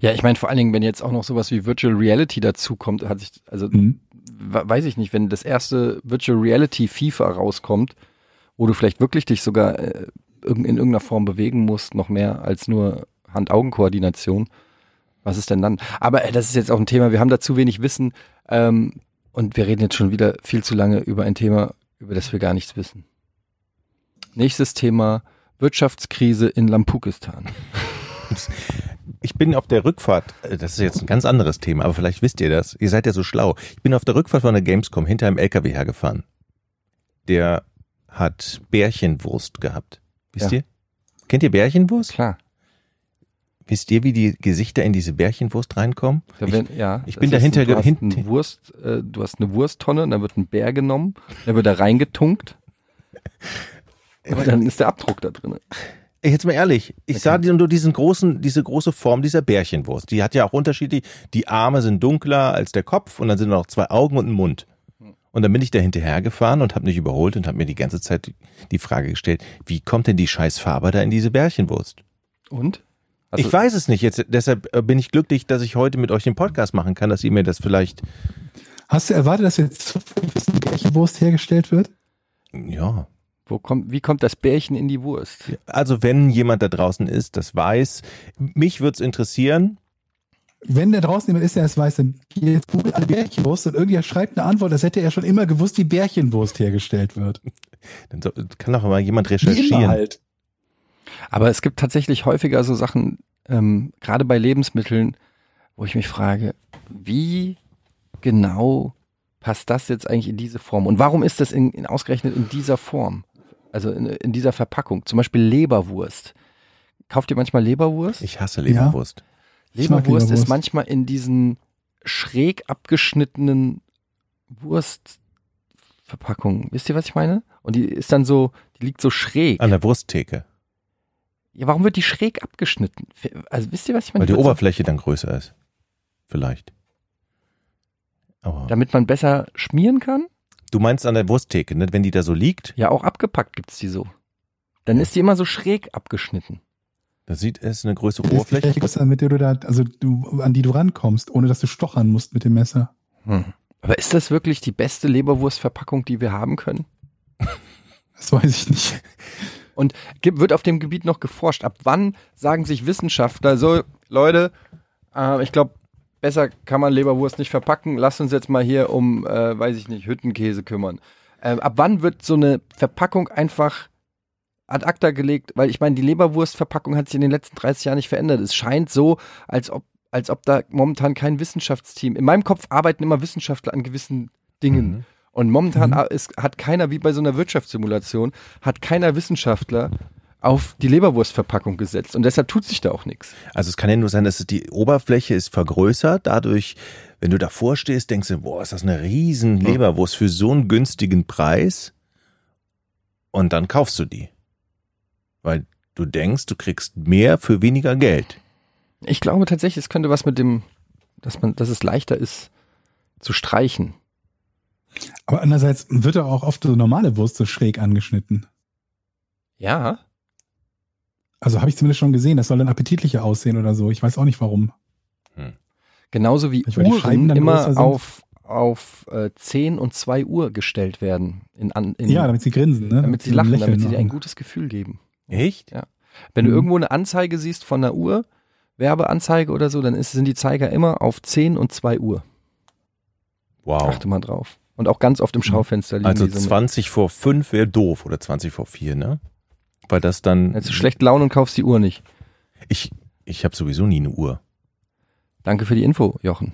Ja, ich meine vor allen Dingen, wenn jetzt auch noch sowas wie Virtual Reality dazukommt, hat sich also
Mhm.
we- weiß ich nicht, wenn das erste Virtual Reality FIFA rauskommt, wo du vielleicht wirklich dich sogar äh, irg- in irgendeiner Form bewegen musst, noch mehr als nur Hand-Augen-Koordination, was ist denn dann? Aber äh, das ist jetzt auch ein Thema, wir haben da zu wenig Wissen ähm, und wir reden jetzt schon wieder viel zu lange über ein Thema, über das wir gar nichts wissen. Nächstes Thema, Wirtschaftskrise in Lampukistan.
Ich bin auf der Rückfahrt, äh, das ist jetzt ein ganz anderes Thema, aber vielleicht wisst ihr das, ihr seid ja so schlau. Ich bin auf der Rückfahrt von der Gamescom hinter einem LKW hergefahren. Der hat Bärchenwurst gehabt. Wisst
Ja.
ihr? Kennt ihr Bärchenwurst?
Klar.
Wisst ihr, wie die Gesichter in diese Bärchenwurst reinkommen?
Da
Ich-
werden- ja,
ich
das
bin
ist
dahinter
ein-
ge-
Du hast,
hinten-
eine Wurst, äh, du hast eine Wursttonne, und dann wird ein Bär genommen, dann wird da reingetunkt. Und dann ist der Abdruck da drin.
Ey, Jetzt mal ehrlich, ich
Okay.
sah die- nur diesen großen, diese große Form dieser Bärchenwurst. Die hat ja auch unterschiedlich. Die Arme sind dunkler als der Kopf und dann sind noch zwei Augen und ein Mund. Und dann bin ich da hinterhergefahren und habe mich überholt und habe mir die ganze Zeit die- die Frage gestellt, wie kommt denn die Scheißfarbe da in diese Bärchenwurst?
Und?
Also
Also, Hast
ich
du-
weiß es nicht. Jetzt, deshalb äh, bin ich glücklich, dass ich heute mit euch den Podcast machen kann, dass ihr mir das vielleicht,
Hast du erwartet, dass jetzt zufällig wissen, welche Wurst hergestellt wird?
ja.
Wo kommt, wie kommt das Bärchen in die Wurst?
Also wenn jemand da draußen ist, das weiß, mich würde es interessieren,
Wenn da draußen jemand ist, der es weiß, dann geh jetzt googelt alle Bärchenwurst und irgendjemand schreibt eine Antwort, das hätte er schon immer gewusst, wie Bärchenwurst hergestellt wird.
dann so, kann doch mal jemand
Wie immer
recherchieren.
halt.
Aber es gibt tatsächlich häufiger so Sachen, ähm, gerade bei Lebensmitteln, wo ich mich frage, wie genau passt das jetzt eigentlich in diese Form? Und warum ist das in, in ausgerechnet in dieser Form? Also in, in dieser Verpackung? Zum Beispiel Leberwurst. Kauft ihr manchmal Leberwurst?
Ich hasse Leberwurst.
Ich mag
Leberwurst ist
Leberwurst.
manchmal in diesen schräg abgeschnittenen Wurstverpackungen. Wisst ihr, was ich meine? Und die ist dann so, die liegt so schräg.
An der Wursttheke.
Ja, warum wird die schräg abgeschnitten? Also wisst ihr, was ich meine?
Weil die
Wird so-
Oberfläche dann größer ist. Vielleicht. Aber
Damit man besser schmieren kann?
du meinst an der Wursttheke, ne? wenn die da so liegt,
Ja, auch abgepackt gibt's die so. Dann ist die immer so schräg abgeschnitten.
da sieht es eine größere
Ist die
Oberfläche.
Bärchen größer, mit der du da, also du, an die du rankommst, ohne dass du stochern musst mit dem Messer.
Hm. Aber ist das wirklich die beste Leberwurstverpackung, die wir haben können?
Das weiß ich nicht.
Gibt- wird auf dem Gebiet noch geforscht. Ab wann sagen sich Wissenschaftler so, Leute, äh, ich glaube, besser kann man Leberwurst nicht verpacken. Lasst uns jetzt mal hier um, äh, weiß ich nicht, Hüttenkäse kümmern. Ähm, ab wann wird so eine Verpackung einfach ad acta gelegt? Weil ich meine, die Leberwurstverpackung hat sich in den letzten 30 Jahren nicht verändert. Es scheint so, als ob, als ob da momentan kein Wissenschaftsteam. In meinem Kopf arbeiten immer Wissenschaftler an gewissen Dingen.
Mhm.
Und momentan
Mhm.
a- ist, hat keiner, wie bei so einer Wirtschaftssimulation, hat keiner Wissenschaftler auf die Leberwurstverpackung gesetzt und deshalb tut sich da auch nichts.
Also es kann ja nur sein, dass es die Oberfläche ist vergrößert, dadurch, wenn du davor stehst, denkst du, boah, ist das eine
Mhm.
riesen Leberwurst für so einen günstigen Preis und dann kaufst du die. Weil du denkst, du kriegst mehr für weniger Geld.
Ich glaube tatsächlich, es könnte was mit dem, dass man, dass es leichter ist zu streichen.
Aber andererseits wird ja auch oft so normale Wurst so schräg angeschnitten.
Ja.
Also habe ich zumindest schon gesehen, das soll dann appetitlicher aussehen oder so. Ich weiß auch nicht warum.
Genauso wie
Ich meine, die Scheiben
Uhren
dann größer
immer
sind.
auf, auf äh, 10 und 2 Uhr gestellt werden. In, an, in,
ja, damit sie grinsen, ne?
damit sie lachen,
lächeln
damit sie dir ein
auch.
gutes Gefühl geben.
Echt?
Wenn du
Mhm.
irgendwo eine Anzeige siehst von einer Uhr, Werbeanzeige oder so, dann ist, sind die Zeiger immer auf 10 und 2 Uhr.
Wow.
Achte mal drauf. Und auch ganz oft
Mhm.
im Schaufenster liegen
Also
die so mit-
20 vor 5 wäre doof oder 20 vor 4, ne? Weil das dann.
Jetzt schlecht Laune und kaufst die Uhr nicht.
Ich, ich habe sowieso nie eine Uhr.
Danke für die Info, Jochen.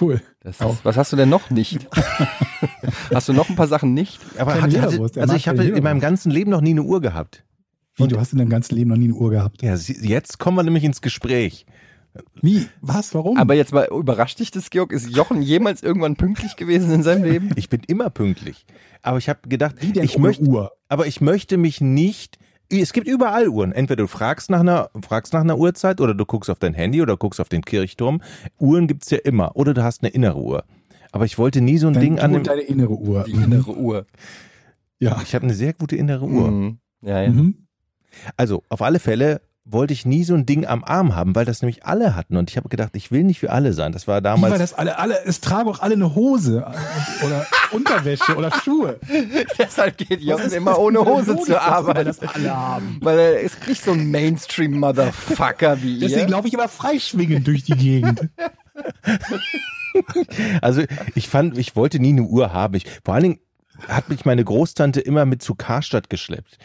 Cool.
Das ist, was hast du denn noch nicht? hast du noch ein paar Sachen nicht?
Aber
Keine
hatte,
Leberwurst,
hatte,
er
also
mag
ich
keine
habe in meinem
Leberwurst.
ganzen Leben noch nie eine Uhr gehabt.
Wie, du hast in deinem ganzen Leben noch nie eine Uhr gehabt.
Ja, sie- jetzt kommen wir nämlich ins Gespräch.
Wie? Was? Warum?
Aber jetzt mal überrascht dich das, Georg? Ist Jochen jemals irgendwann pünktlich gewesen in seinem Leben?
Ich bin immer pünktlich. Aber ich habe gedacht,
Wie denn
ich
ohne
möchte,
Uhr?
aber ich möchte mich nicht. Es gibt überall Uhren. Entweder du fragst nach einer, fragst nach einer Uhrzeit oder du guckst auf dein Handy oder guckst auf den Kirchturm. Uhren gibt's ja immer. Oder du hast eine innere Uhr. Aber ich wollte nie so ein
Dein,
Ding
du
an
und
dem.
deine innere Uhr.
Die
Mhm.
innere Uhr.
Ja.
Ich habe eine sehr gute innere Uhr.
Mhm. Ja, ja.
Mhm.
Also auf alle Fälle wollte ich nie so ein Ding am Arm haben, weil das nämlich alle hatten. Und ich habe gedacht, ich will nicht für alle sein. Das war
Wie war
damals.
das alle, alle, es tragen auch alle eine Hose äh, oder Unterwäsche oder Schuhe.
Deshalb geht
Was
Jochen
ist
immer
das
ohne
für eine
Hose
Logik,
zur
dass wir
Arbeit.
Das alle haben.
Weil er ist nicht so ein Mainstream-Motherfucker wie
Deswegen
ihr.
laufe ich immer freischwingend durch die Gegend.
Also ich fand, ich wollte nie eine Uhr haben. Ich, vor allen Dingen hat mich meine Großtante immer mit zu Karstadt geschleppt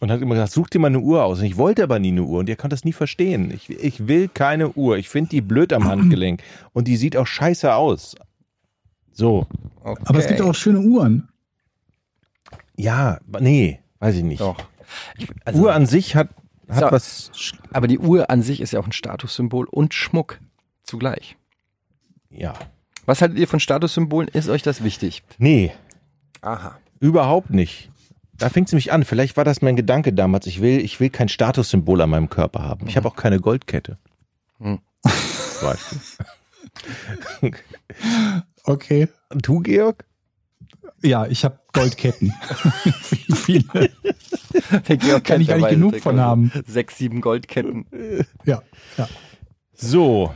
und hat immer gesagt, such dir mal eine Uhr aus. Und ich wollte aber nie eine Uhr und ihr könnt das nie verstehen. Ich, ich will keine Uhr. Ich finde die blöd am Handgelenk und die sieht auch scheiße aus. So,
Okay.
Aber es gibt auch schöne Uhren.
ja, nee, weiß ich nicht.
Doch. also
Uhr an sich hat, hat
So.
was. Sch-
Aber die Uhr an sich ist ja auch ein Statussymbol und Schmuck zugleich.
Ja,
Was haltet ihr von Statussymbolen? Ist euch das wichtig?
nee,
Aha.
überhaupt nicht. Da fängt es mich an. Vielleicht war das mein Gedanke damals. Ich will, ich will kein Statussymbol an meinem Körper haben. Ich habe auch keine Goldkette.
Mhm.
Zum Beispiel.
Okay.
Und du, Georg?
Ja, ich habe Goldketten. Wie viele. Kann ich gar nicht genug von haben.
Sechs, sieben Goldketten.
Ja, ja.
So.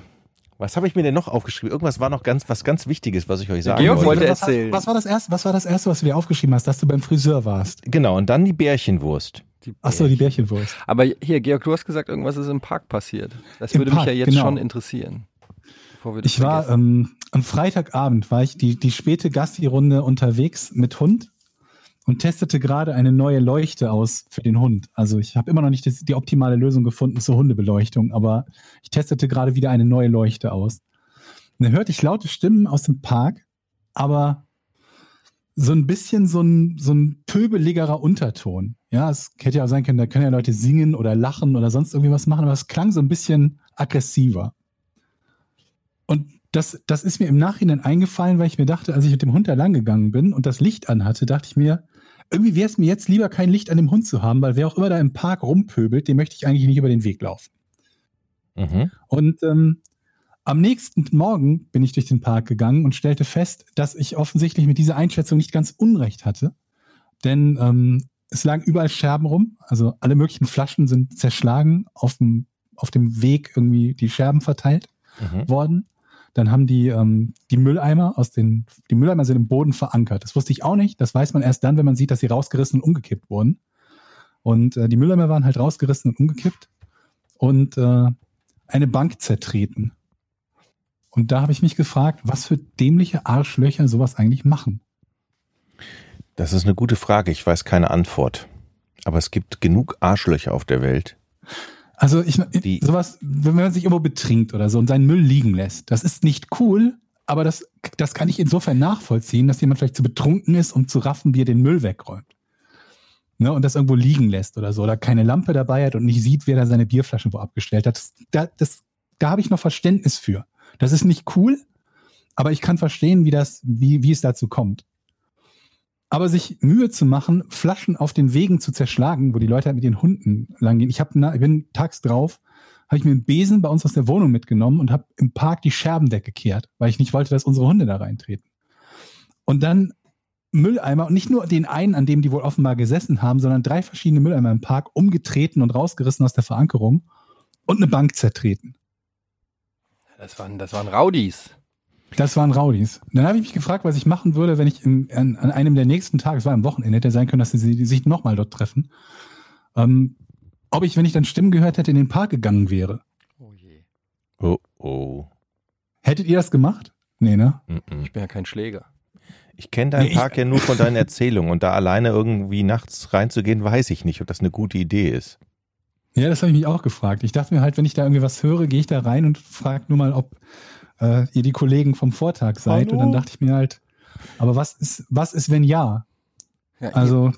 Was habe ich mir denn noch aufgeschrieben? Irgendwas war noch ganz, was ganz Wichtiges, was ich euch sagen
Georg
wollte.
wollte-
was,
erzählen.
Was war, das erste, was war das Erste, was du dir aufgeschrieben hast, dass du beim Friseur warst?
Genau, und dann die Bärchenwurst.
Die
Achso, die Bärchenwurst.
Aber hier, Georg, du hast gesagt, irgendwas ist im Park passiert. Das
Im
würde mich
Park,
ja jetzt
genau.
schon interessieren. Bevor wir das
Ich war
vergessen.
ähm, am Freitagabend, war ich die, die späte Gassi-Runde unterwegs mit Hund und testete gerade eine neue Leuchte aus für den Hund. Also ich habe immer noch nicht das, die optimale Lösung gefunden zur Hundebeleuchtung, aber ich testete gerade wieder eine neue Leuchte aus. Und dann hörte ich laute Stimmen aus dem Park, aber so ein bisschen so ein, so ein pöbeligerer Unterton. Ja, es hätte ja auch sein können, da können ja Leute singen oder lachen oder sonst irgendwie was machen, aber es klang so ein bisschen aggressiver. Und das, das ist mir im Nachhinein eingefallen, weil ich mir dachte, als ich mit dem Hund da lang gegangen bin und das Licht anhatte, dachte ich mir, irgendwie wäre es mir jetzt lieber, kein Licht an dem Hund zu haben, weil wer auch immer da im Park rumpöbelt, dem möchte ich eigentlich nicht über den Weg laufen.
Mhm.
Und ähm, am nächsten Morgen bin ich durch den Park gegangen und stellte fest, dass ich offensichtlich mit dieser Einschätzung nicht ganz Unrecht hatte. Denn ähm, es lagen überall Scherben rum, also alle möglichen Flaschen sind zerschlagen, auf dem, auf dem Weg irgendwie die Scherben verteilt
Mhm.
worden. Dann haben die ähm, die Mülleimer aus den, die Mülleimer sind im Boden verankert. Das wusste ich auch nicht. Das weiß man erst dann, wenn man sieht, dass sie rausgerissen und umgekippt wurden. Und äh, die Mülleimer waren halt rausgerissen und umgekippt und äh, eine Bank zertreten. Und da habe ich mich gefragt, was für dämliche Arschlöcher sowas eigentlich machen.
Das ist eine gute Frage. Ich weiß keine Antwort. Aber es gibt genug Arschlöcher auf der Welt.
Also ich
Die-
sowas, wenn man sich irgendwo betrinkt oder so und seinen Müll liegen lässt, das ist nicht cool, aber das, das kann ich insofern nachvollziehen, dass jemand vielleicht zu betrunken ist, um zu raffen, wie er den Müll wegräumt. ne, und das irgendwo liegen lässt oder so, oder keine Lampe dabei hat und nicht sieht, wer da seine Bierflaschen wo abgestellt hat. Das, da das, da habe ich noch Verständnis für. Das ist nicht cool, aber ich kann verstehen, wie, das, wie, wie es dazu kommt. Aber sich Mühe zu machen, Flaschen auf den Wegen zu zerschlagen, wo die Leute halt mit ihren Hunden langgehen. Ich, hab, na- ich bin tags drauf, habe ich mir einen Besen bei uns aus der Wohnung mitgenommen und habe im Park die Scherben weggekehrt, weil ich nicht wollte, dass unsere Hunde da reintreten. Und dann Mülleimer und nicht nur den einen, an dem die wohl offenbar gesessen haben, sondern drei verschiedene Mülleimer im Park umgetreten und rausgerissen aus der Verankerung und eine Bank zertreten. ähm,
Das waren, das waren Raudis.
Das waren Raudis. Dann habe ich mich gefragt, was ich machen würde, wenn ich im, an, an einem der nächsten Tage, es war am Wochenende, hätte sein können, dass sie sie- sich nochmal dort treffen, ähm, ob ich, wenn ich dann Stimmen gehört hätte, in den Park gegangen wäre.
Oh je.
Oh, oh. Mm,
Hättet ihr das gemacht? Nee, ne?
Mm-mm.
Ich bin ja kein Schläger.
Ich kenne deinen
Nee, ich-
Park ja nur von deinen Erzählungen und da alleine irgendwie nachts reinzugehen, weiß ich nicht, ob das eine gute Idee ist.
Ja, das habe ich mich auch gefragt. Ich dachte mir halt, wenn ich da irgendwie was höre, gehe ich da rein und frage nur mal, ob äh, ihr die Kollegen vom Vortag seid.
Hallo?
Und dann dachte ich mir halt, aber was ist, was ist, wenn ja?
Ja,
Also,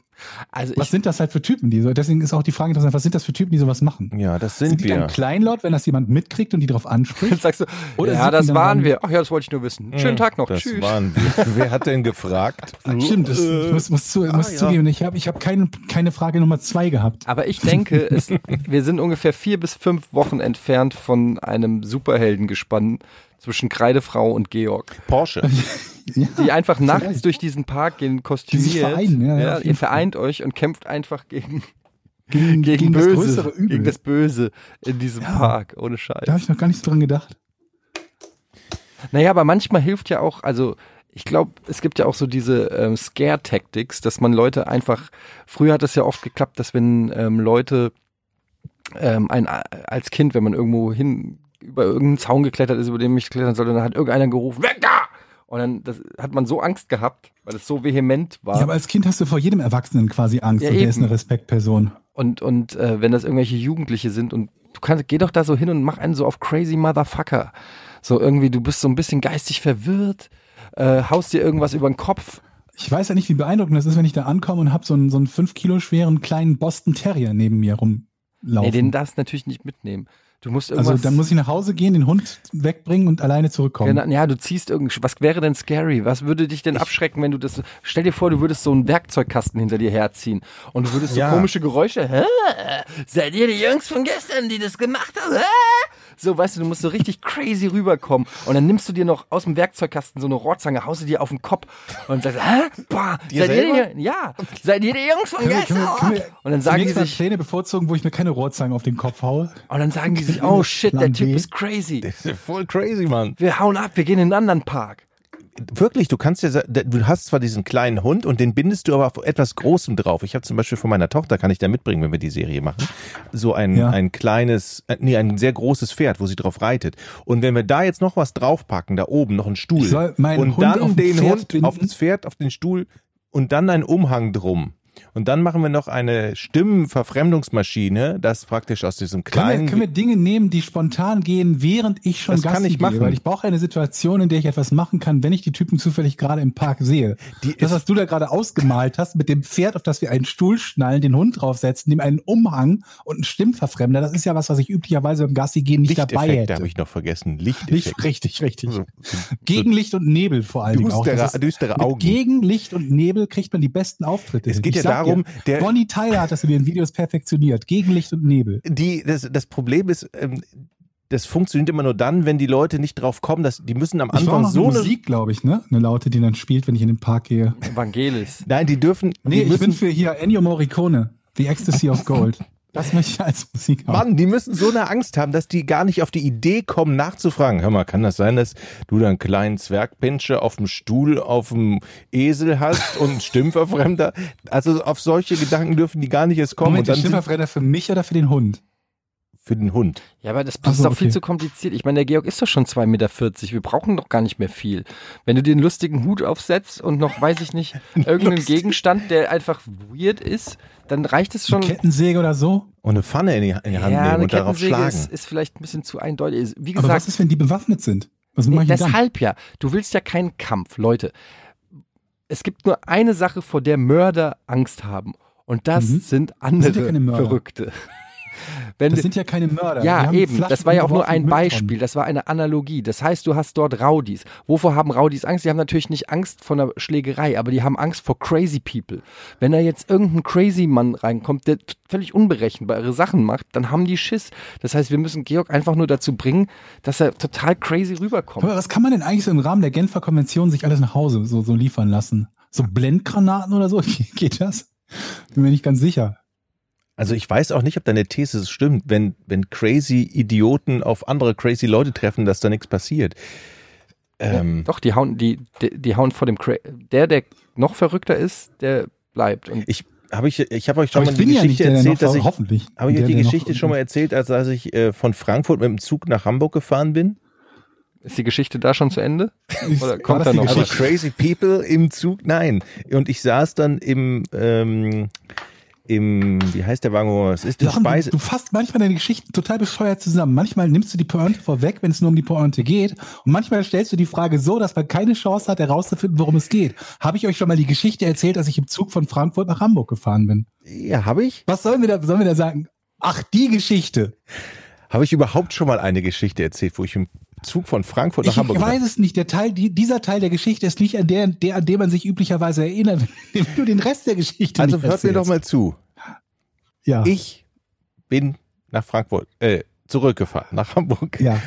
also
was sind das halt für Typen, die so, deswegen ist auch die Frage interessant, was sind das für Typen, die sowas machen?
Ja, das sind,
Sind die
wir.
dann kleinlaut, wenn das jemand mitkriegt und die drauf
Jetzt
anspricht?
sagst du,
Oder
ja,
sieht
das
man
waren
dann-
wir. Ach ja, das wollte ich nur wissen. Schönen Tag noch.
Hm, Das
Tschüss.
waren wir. Wer hat denn gefragt?
Stimmt, das, ich muss, muss, zu, muss
ja.
zugeben, ich habe ich hab keine, keine Frage Nummer zwei gehabt.
Aber ich denke, es, wir sind ungefähr vier bis fünf Wochen entfernt von einem Superheldengespann zwischen Kreidefrau und Georg,
Porsche.
Ja,
die einfach nachts
Ah, vielleicht.
durch diesen Park gehen, kostümiert.
Die sich vereinen, ja, ja, auf
ihr
jeden Fall.
vereint euch und kämpft einfach gegen,
gegen,
gegen,
das
Böse,
größere Übel.
gegen das Böse in diesem
Ja.
Park, ohne Scheiß.
da habe ich noch gar nicht so dran gedacht.
Naja, aber manchmal hilft ja auch, also ich glaube, es gibt ja auch so diese ähm, Scare-Tactics, dass man Leute einfach, früher hat das ja oft geklappt, dass wenn ähm, Leute ähm, ein, als Kind, wenn man irgendwo hin über irgendeinen Zaun geklettert ist, über den man nicht klettern sollte, dann hat irgendeiner gerufen, weg da! Und dann das, hat man so Angst gehabt, weil es so vehement war.
Ja, aber als Kind hast du vor jedem Erwachsenen quasi Angst
Ja,
und der
eben.
ist eine Respektperson.
Und, und äh, wenn das irgendwelche Jugendliche sind und du kannst, geh doch da so hin und mach einen so auf crazy Motherfucker. So irgendwie, du bist so ein bisschen geistig verwirrt, äh, haust dir irgendwas über den Kopf.
Ich weiß ja nicht, wie beeindruckend das ist, wenn ich da ankomme und habe so einen, so einen fünf Kilo schweren kleinen Boston Terrier neben mir rumlaufen.
Nee, den darfst du natürlich nicht mitnehmen. Du musst irgendwas.
also dann muss ich nach Hause gehen, den Hund wegbringen und alleine zurückkommen.
Genau, ja, du ziehst irgendwie. Was wäre denn scary? Was würde dich denn abschrecken, wenn du das. Stell dir vor, du würdest so einen Werkzeugkasten hinter dir herziehen und du würdest
Ja.
so komische Geräusche. Hä? Seid ihr die Jungs von gestern, die das gemacht haben? Hä? So, weißt du, du musst so richtig crazy rüberkommen. Und dann nimmst du dir noch aus dem Werkzeugkasten so eine Rohrzange, haust sie dir auf den Kopf und sagst, hä? Bah,
Dir
seid ihr
selber?
die, ja, seid ihr die Jungs von
Können wir-
gestern?
können wir- können wir
und dann sagen die
zunächst mal
sich,
Pläne bevorzugen, wo ich mir keine Rohrzangen auf den Kopf haue.
und dann sagen die sich,
Kriegen
oh
wir
shit, der
Plan
Typ
B?
ist crazy.
Das ist voll crazy, Mann.
Wir hauen ab, wir gehen in einen anderen Park.
Wirklich, du kannst ja, sa- du hast zwar diesen kleinen Hund und den bindest du aber auf etwas Großem drauf. Ich habe zum Beispiel von meiner Tochter, kann ich da mitbringen, wenn wir die Serie machen, so ein,
Ja.
ein kleines, äh, nee, ein sehr großes Pferd, wo sie drauf reitet. Und wenn wir da jetzt noch was draufpacken, da oben, noch einen Stuhl,
Ich soll meinen
und
Hund
dann
auf ein
den
Pferd
Hund
binden?
auf das Pferd, auf den Stuhl und dann einen Umhang drum. Und dann machen wir noch eine Stimmenverfremdungsmaschine, das praktisch aus diesem
Können
kleinen.
wir, können wir Dinge nehmen, die spontan gehen, während ich schon
Das
Gassi
kann ich
gehe?
machen.
Weil ich brauche eine Situation, in der ich etwas machen kann, wenn ich die Typen zufällig gerade im Park sehe.
Die
das,
ist-
was du da gerade ausgemalt hast, mit dem Pferd, auf das wir einen Stuhl schnallen, den Hund draufsetzen, dem einen Umhang und einen Stimmverfremder, das ist ja was, was ich üblicherweise beim Gassi gehen nicht dabei
Lichteffekte habe
hätte.
ich noch vergessen. Lichteffekte.
Licht, richtig, richtig.
So-
Gegen Licht und Nebel vor allen Dingen auch.
Düstere-
Das ist-
düstere
mit
Augen.
Gegen Licht und Nebel kriegt man die besten Auftritte.
Es
hin.
geht
Ich
ja
sag
darum,
dir,
der-
Bonnie Tyler hat das in ihren Videos perfektioniert. Gegen Licht und Nebel.
die, das, das Problem ist, ähm, das funktioniert immer nur dann, wenn die Leute nicht drauf kommen, dass die müssen am
Ich brauche
Anfang
noch
so
eine
eine.
Musik, glaube ich, ne? Eine Laute, die dann spielt, wenn ich in den Park gehe.
Evangelis.
Nein, die dürfen. die
Nee, ich bin
müssen,
für hier Ennio Morricone, The Ecstasy of Gold. Das möchte ich als Musik haben.
Mann, die müssen so eine Angst haben, dass die gar nicht auf die Idee kommen, nachzufragen. Hör mal, kann das sein, dass du da einen kleinen Zwergpinscher auf dem Stuhl, auf dem Esel hast und einen Stimmverfremder? Also auf solche Gedanken dürfen die gar nicht erst kommen.
Moment, der
und dann sind
Stimmverfremder für mich oder für den Hund?
für den Hund.
Ja, aber das ist
Ach so,
doch viel
okay.
zu kompliziert. Ich meine, der Georg ist doch schon 2,40 Meter. Wir brauchen doch gar nicht mehr viel. Wenn du dir einen lustigen Hut aufsetzt und noch, weiß ich nicht, irgendeinen Gegenstand, der einfach weird ist, dann reicht es schon.
Eine Kettensäge oder so?
Und eine Pfanne in die, in die Hand nehmen
eine
und darauf
Kettensäge
schlagen.
ist, ist vielleicht ein bisschen zu eindeutig. Wie
Aber was
gesagt,
ist, wenn die bewaffnet sind? Was
nee, halt-
mache ich denn dann?
deshalb ja. Du willst ja keinen Kampf, Leute. Es gibt nur eine Sache, vor der Mörder Angst haben. Und das
Mhm.
sind
sind ja
andere
keine Mörder.
Verrückte. Wenn
Das
du-
sind ja keine Mörder. Die
ja,
Äh, haben
eben.
Flaschen
Das war ja auch nur
geworfen
ein
mit Mülltonnen.
Beispiel. Das war eine Analogie. Das heißt, du hast dort Rowdies. Wovor haben Rowdies Angst? Die haben natürlich nicht Angst vor einer Schlägerei, aber die haben Angst vor Crazy People. Wenn da jetzt irgendein Crazy Mann reinkommt, der t- völlig unberechenbare Sachen macht, dann haben die Schiss. Das heißt, wir müssen Georg einfach nur dazu bringen, dass er total crazy rüberkommt.
Aber was kann man denn eigentlich so im Rahmen der Genfer Konvention sich alles nach Hause so, so liefern lassen? So Blendgranaten oder so? Geht das? Bin mir nicht ganz sicher.
Also ich weiß auch nicht, ob deine These stimmt, wenn, wenn crazy Idioten auf andere crazy Leute treffen, dass da nichts passiert. Ähm,
Doch, die hauen, die, die, die hauen vor dem Cra Der, der noch verrückter ist, der bleibt. Und
ich habe ich, ich hab euch schon mal
Aber ich
die
bin ja nicht
Geschichte
der, der noch,
erzählt, dass ich,
hoffentlich.
habe ich
der,
euch die
der noch-
Geschichte schon mal erzählt, als, als ich äh, von Frankfurt mit dem Zug nach Hamburg gefahren bin?
ist die Geschichte da schon zu Ende?
Ich-
Oder
war
kommt
das
da
die
noch
Also
was?
Geschichte?
crazy people im Zug? Nein. Und ich saß dann im, ähm, im, wie heißt der Wagen, wo man- was ist? Die
Jochen, du,
Speise.
du fasst manchmal deine Geschichten total bescheuert zusammen. Manchmal nimmst du die Pointe vorweg, wenn es nur um die Pointe geht. Und manchmal stellst du die Frage so, dass man keine Chance hat, herauszufinden, worum es geht. Habe ich euch schon mal die Geschichte erzählt, dass ich im Zug von Frankfurt nach Hamburg gefahren bin?
Ja, habe ich?
Was sollen wir da, sollen wir da sagen? Ach, die Geschichte.
Habe ich überhaupt schon mal eine Geschichte erzählt, wo ich im Zug von Frankfurt nach
Ich
Hamburg
weiß es nicht. Der Teil, die, dieser Teil der Geschichte ist nicht an der, der, an den man sich üblicherweise erinnert, wenn du den Rest der Geschichte
Also
nicht
hört mir
erzählst.
doch mal zu.
Ja,
Ich bin nach Frankfurt, äh, zurückgefahren, nach Hamburg.
ja.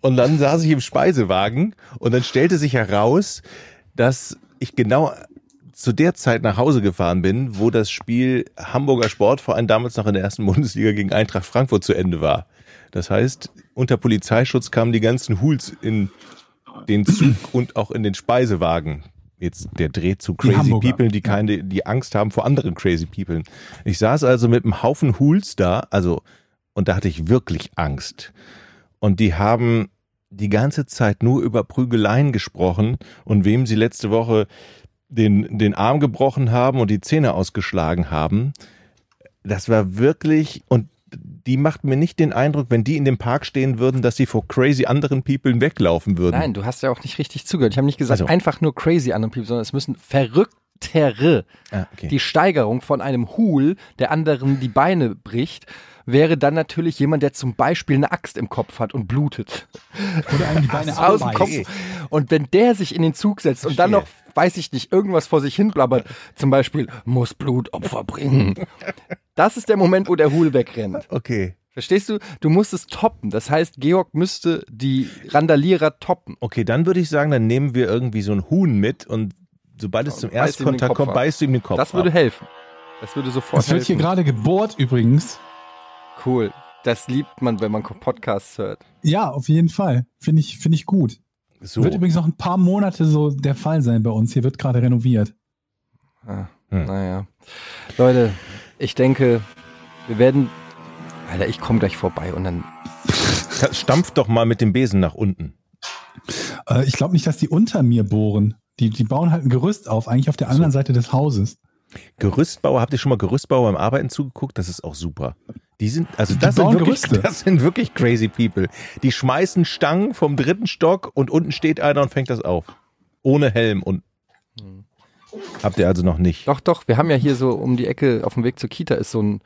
Und dann saß ich im Speisewagen und dann stellte sich heraus, dass ich genau zu der Zeit nach Hause gefahren bin, wo das Spiel Hamburger Sportverein damals noch in der ersten Bundesliga gegen Eintracht Frankfurt zu Ende war. Das heißt, unter Polizeischutz kamen die ganzen Hools in den Zug und auch in den Speisewagen. Jetzt der Dreh zu
Die
Crazy
Hamburger.
People, die keine, die Angst haben vor anderen Crazy People. Ich saß also mit einem Haufen Hools da, also, und da hatte ich wirklich Angst. Und die haben die ganze Zeit nur über Prügeleien gesprochen und wem sie letzte Woche den, den Arm gebrochen haben und die Zähne ausgeschlagen haben. Das war wirklich, und die macht mir nicht den Eindruck, wenn die in dem Park stehen würden, dass sie vor crazy anderen People weglaufen würden.
Nein, du hast ja auch nicht richtig zugehört. Ich habe nicht gesagt,
Also.
einfach nur crazy andere People, sondern es müssen verrücktere.
Ah, okay.
Die Steigerung von einem Hul, der anderen die Beine bricht, wäre dann natürlich jemand, der zum Beispiel eine Axt im Kopf hat und blutet.
Oder einem die Beine
Aus dem Kopf.
eh.
abreißen.
Und wenn der sich in den Zug setzt und dann noch, weiß ich nicht, irgendwas vor sich hin blabbert, zum Beispiel, muss Blutopfer bringen. Das ist der Moment, wo der Hul wegrennt.
okay.
Verstehst du? Du musst es toppen. Das heißt, Georg müsste die Randalierer toppen.
Okay, dann würde ich sagen, dann nehmen wir irgendwie so ein Huhn mit und sobald es zum
ihm den
Erstkontakt
Kopf
kommt,
ab.
beißt du ihm den Kopf
Das würde
ab.
helfen. Das würde sofort
Es wird hier
helfen.
gerade gebohrt übrigens.
cool. Das liebt man, wenn man Podcasts hört.
Ja, auf jeden Fall. Finde ich, finde ich gut.
So.
Wird übrigens noch ein paar Monate so der Fall sein bei uns. Hier wird gerade renoviert.
Ah,
Hm.
Naja. Leute, ich denke, wir werden. Alter, ich komme gleich vorbei und dann.
Stampf doch mal mit dem Besen nach unten.
Äh, ich glaube nicht, dass die unter mir bohren. Die, die bauen halt ein Gerüst auf, eigentlich auf der anderen Seite des Hauses.
Gerüstbauer, habt ihr schon mal Gerüstbauer beim Arbeiten zugeguckt? Das ist auch super. Die sind, also
Die
das sind,
bauen
wirklich,
Gerüste.
das sind wirklich crazy people. Die schmeißen Stangen vom dritten Stock und unten steht einer und fängt das auf. Ohne Helm und habt ihr also noch nicht.
Hm. Doch, doch, wir haben ja hier so um die Ecke auf dem Weg zur Kita ist so ein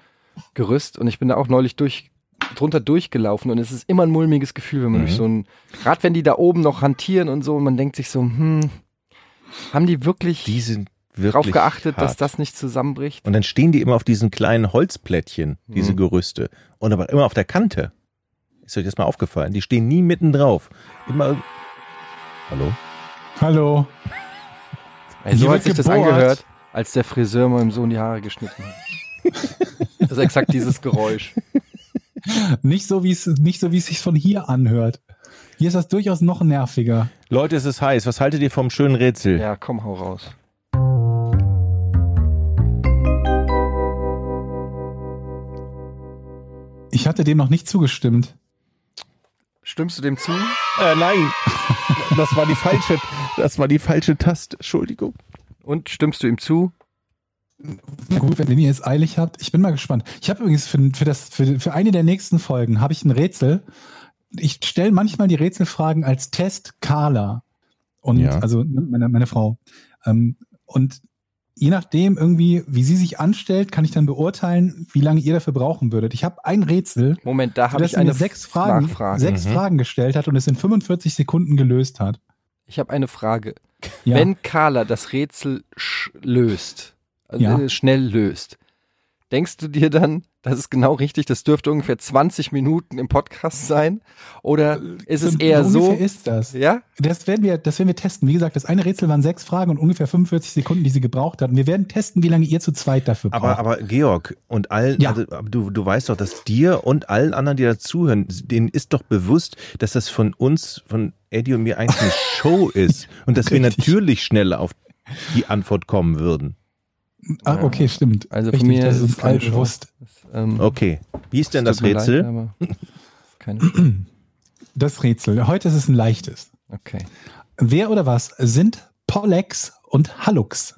Gerüst und ich bin da auch neulich durch drunter durchgelaufen und es ist immer ein mulmiges Gefühl, wenn man
Mhm.
durch so ein. Gerade wenn die da oben noch hantieren und so und man denkt sich so, hm, haben die wirklich
Die sind wirklich
drauf geachtet, dass
hart.
das nicht zusammenbricht?
Und dann stehen die immer auf diesen kleinen Holzplättchen, diese
Mhm.
Gerüste. Und aber immer auf der Kante. Ist euch das mal aufgefallen? Die stehen nie mitten drauf. Immer. Hallo?
Hallo.
Ey, so
Hier
hat
wird
sich das
gebohrt.
angehört, als der Friseur meinem Sohn die Haare geschnitten hat. Das ist exakt dieses Geräusch.
Nicht so, wie es, nicht so, wie es sich von hier anhört. Hier ist das durchaus noch nerviger.
Leute, es ist heiß. Was haltet ihr vom schönen Rätsel?
Ja, komm, hau raus.
Ich hatte dem noch nicht zugestimmt.
Stimmst du dem zu?
Äh, nein. Das war die falsche, das war die falsche Taste. Entschuldigung.
Und stimmst du ihm zu?
Na gut, wenn ihr es eilig habt. Ich bin mal gespannt. Ich habe übrigens für, für, das, für, für eine der nächsten Folgen habe ich ein Rätsel. Ich stelle manchmal die Rätselfragen als Test Carla. Und
Ja.
also ne, meine, meine Frau. Ähm, und je nachdem irgendwie, wie sie sich anstellt, kann ich dann beurteilen, wie lange ihr dafür brauchen würdet. Ich habe ein Rätsel,
Moment, da habe
das
ich
sie mir
eine
sechs Fragen,
Nachfrage.
sechs
Mhm.
Fragen gestellt hat und es in 45 Sekunden gelöst hat.
Ich habe eine Frage.
Ja.
Wenn Carla das Rätsel sch löst, also
Ja.
äh, schnell löst, denkst du dir dann, das ist genau richtig, das dürfte ungefähr 20 Minuten im Podcast sein? Oder ist es
Äh, So-
eher
so
so?
ungefähr ist das.
ja?
Das werden, wir, das werden wir testen. Wie gesagt, das eine Rätsel waren sechs Fragen und ungefähr 45 Sekunden, die sie gebraucht hat. Und wir werden testen, wie lange ihr zu zweit dafür braucht.
Aber, aber Georg und allen,
Ja.
also, aber du, du weißt doch, dass dir und allen anderen, die dazuhören, denen ist doch bewusst, dass das von uns, von Eddie und mir eigentlich eine Show ist und dass wir
Richtig.
natürlich schneller auf die Antwort kommen würden.
ah, okay, stimmt.
Also von mir
das ist
ist
uns
es
allen
keine
bewusst.
Ähm,
Okay, wie ist denn das
es tut mir Leid, ähm,
Rätsel?
aber keine Frage.
Das Rätsel. Heute ist es ein leichtes.
Okay.
Wer oder was sind Pollex und Hallux?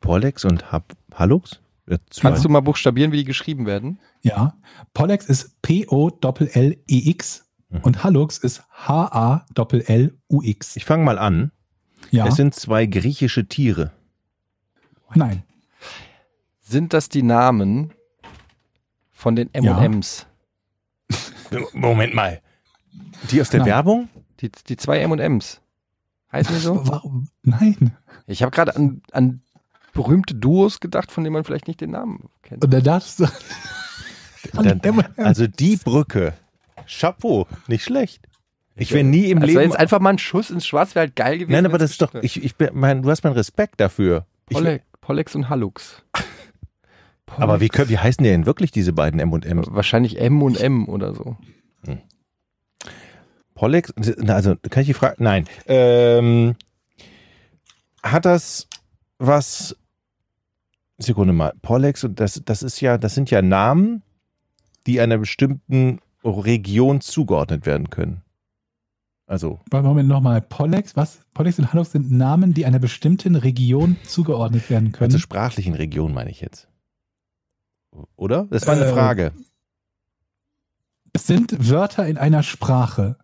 Pollex und Hab Hallux? Ja, zwei.
Kannst du mal buchstabieren, wie die geschrieben werden?
Ja, Pollex ist P-O-L-L-E-X
Mhm.
E und Hallux ist H-A-L-L-U-X.
ich fange mal an.
Ja,
Es sind zwei griechische Tiere.
nein,
Sind das die Namen von den
Ja.
M&Ms?
Moment mal. Die aus der
Nein.
Werbung?
Die, die zwei M&Ms. Heißen die so?
warum? Nein.
Ich habe gerade an, an berühmte Duos gedacht, von denen man vielleicht nicht den Namen kennt.
Und dann darfst du.
Dann- also die Brücke. Chapeau, nicht schlecht. Ich wäre nie im
also
Leben
jetzt einfach mal ein Schuss ins Schwarz wäre halt geil gewesen.
Nein, aber das
wenn's
ist doch,
gestimmt
ich, ich bin, mein, du hast meinen Respekt dafür.
hätte.
Ich,
Polle, Pollex und Hallux.
aber wie, können- wie heißen die denn wirklich diese beiden
Äh.
M&M's?
Wahrscheinlich M und M oder so.
Pollex, Na, also kann ich die Frage, nein. Ähm, hat das was, Sekunde mal, Pollex, und das, das ist ja, das sind ja Namen, die einer bestimmten Region zugeordnet werden können. Also,
Moment nochmal. Pollex, was? Pollex und Hallux sind Namen, die einer bestimmten Region zugeordnet werden können.
also sprachlichen Region meine ich jetzt. Oder? Das war eine
Äh,
Frage.
es sind Wörter in einer Sprache.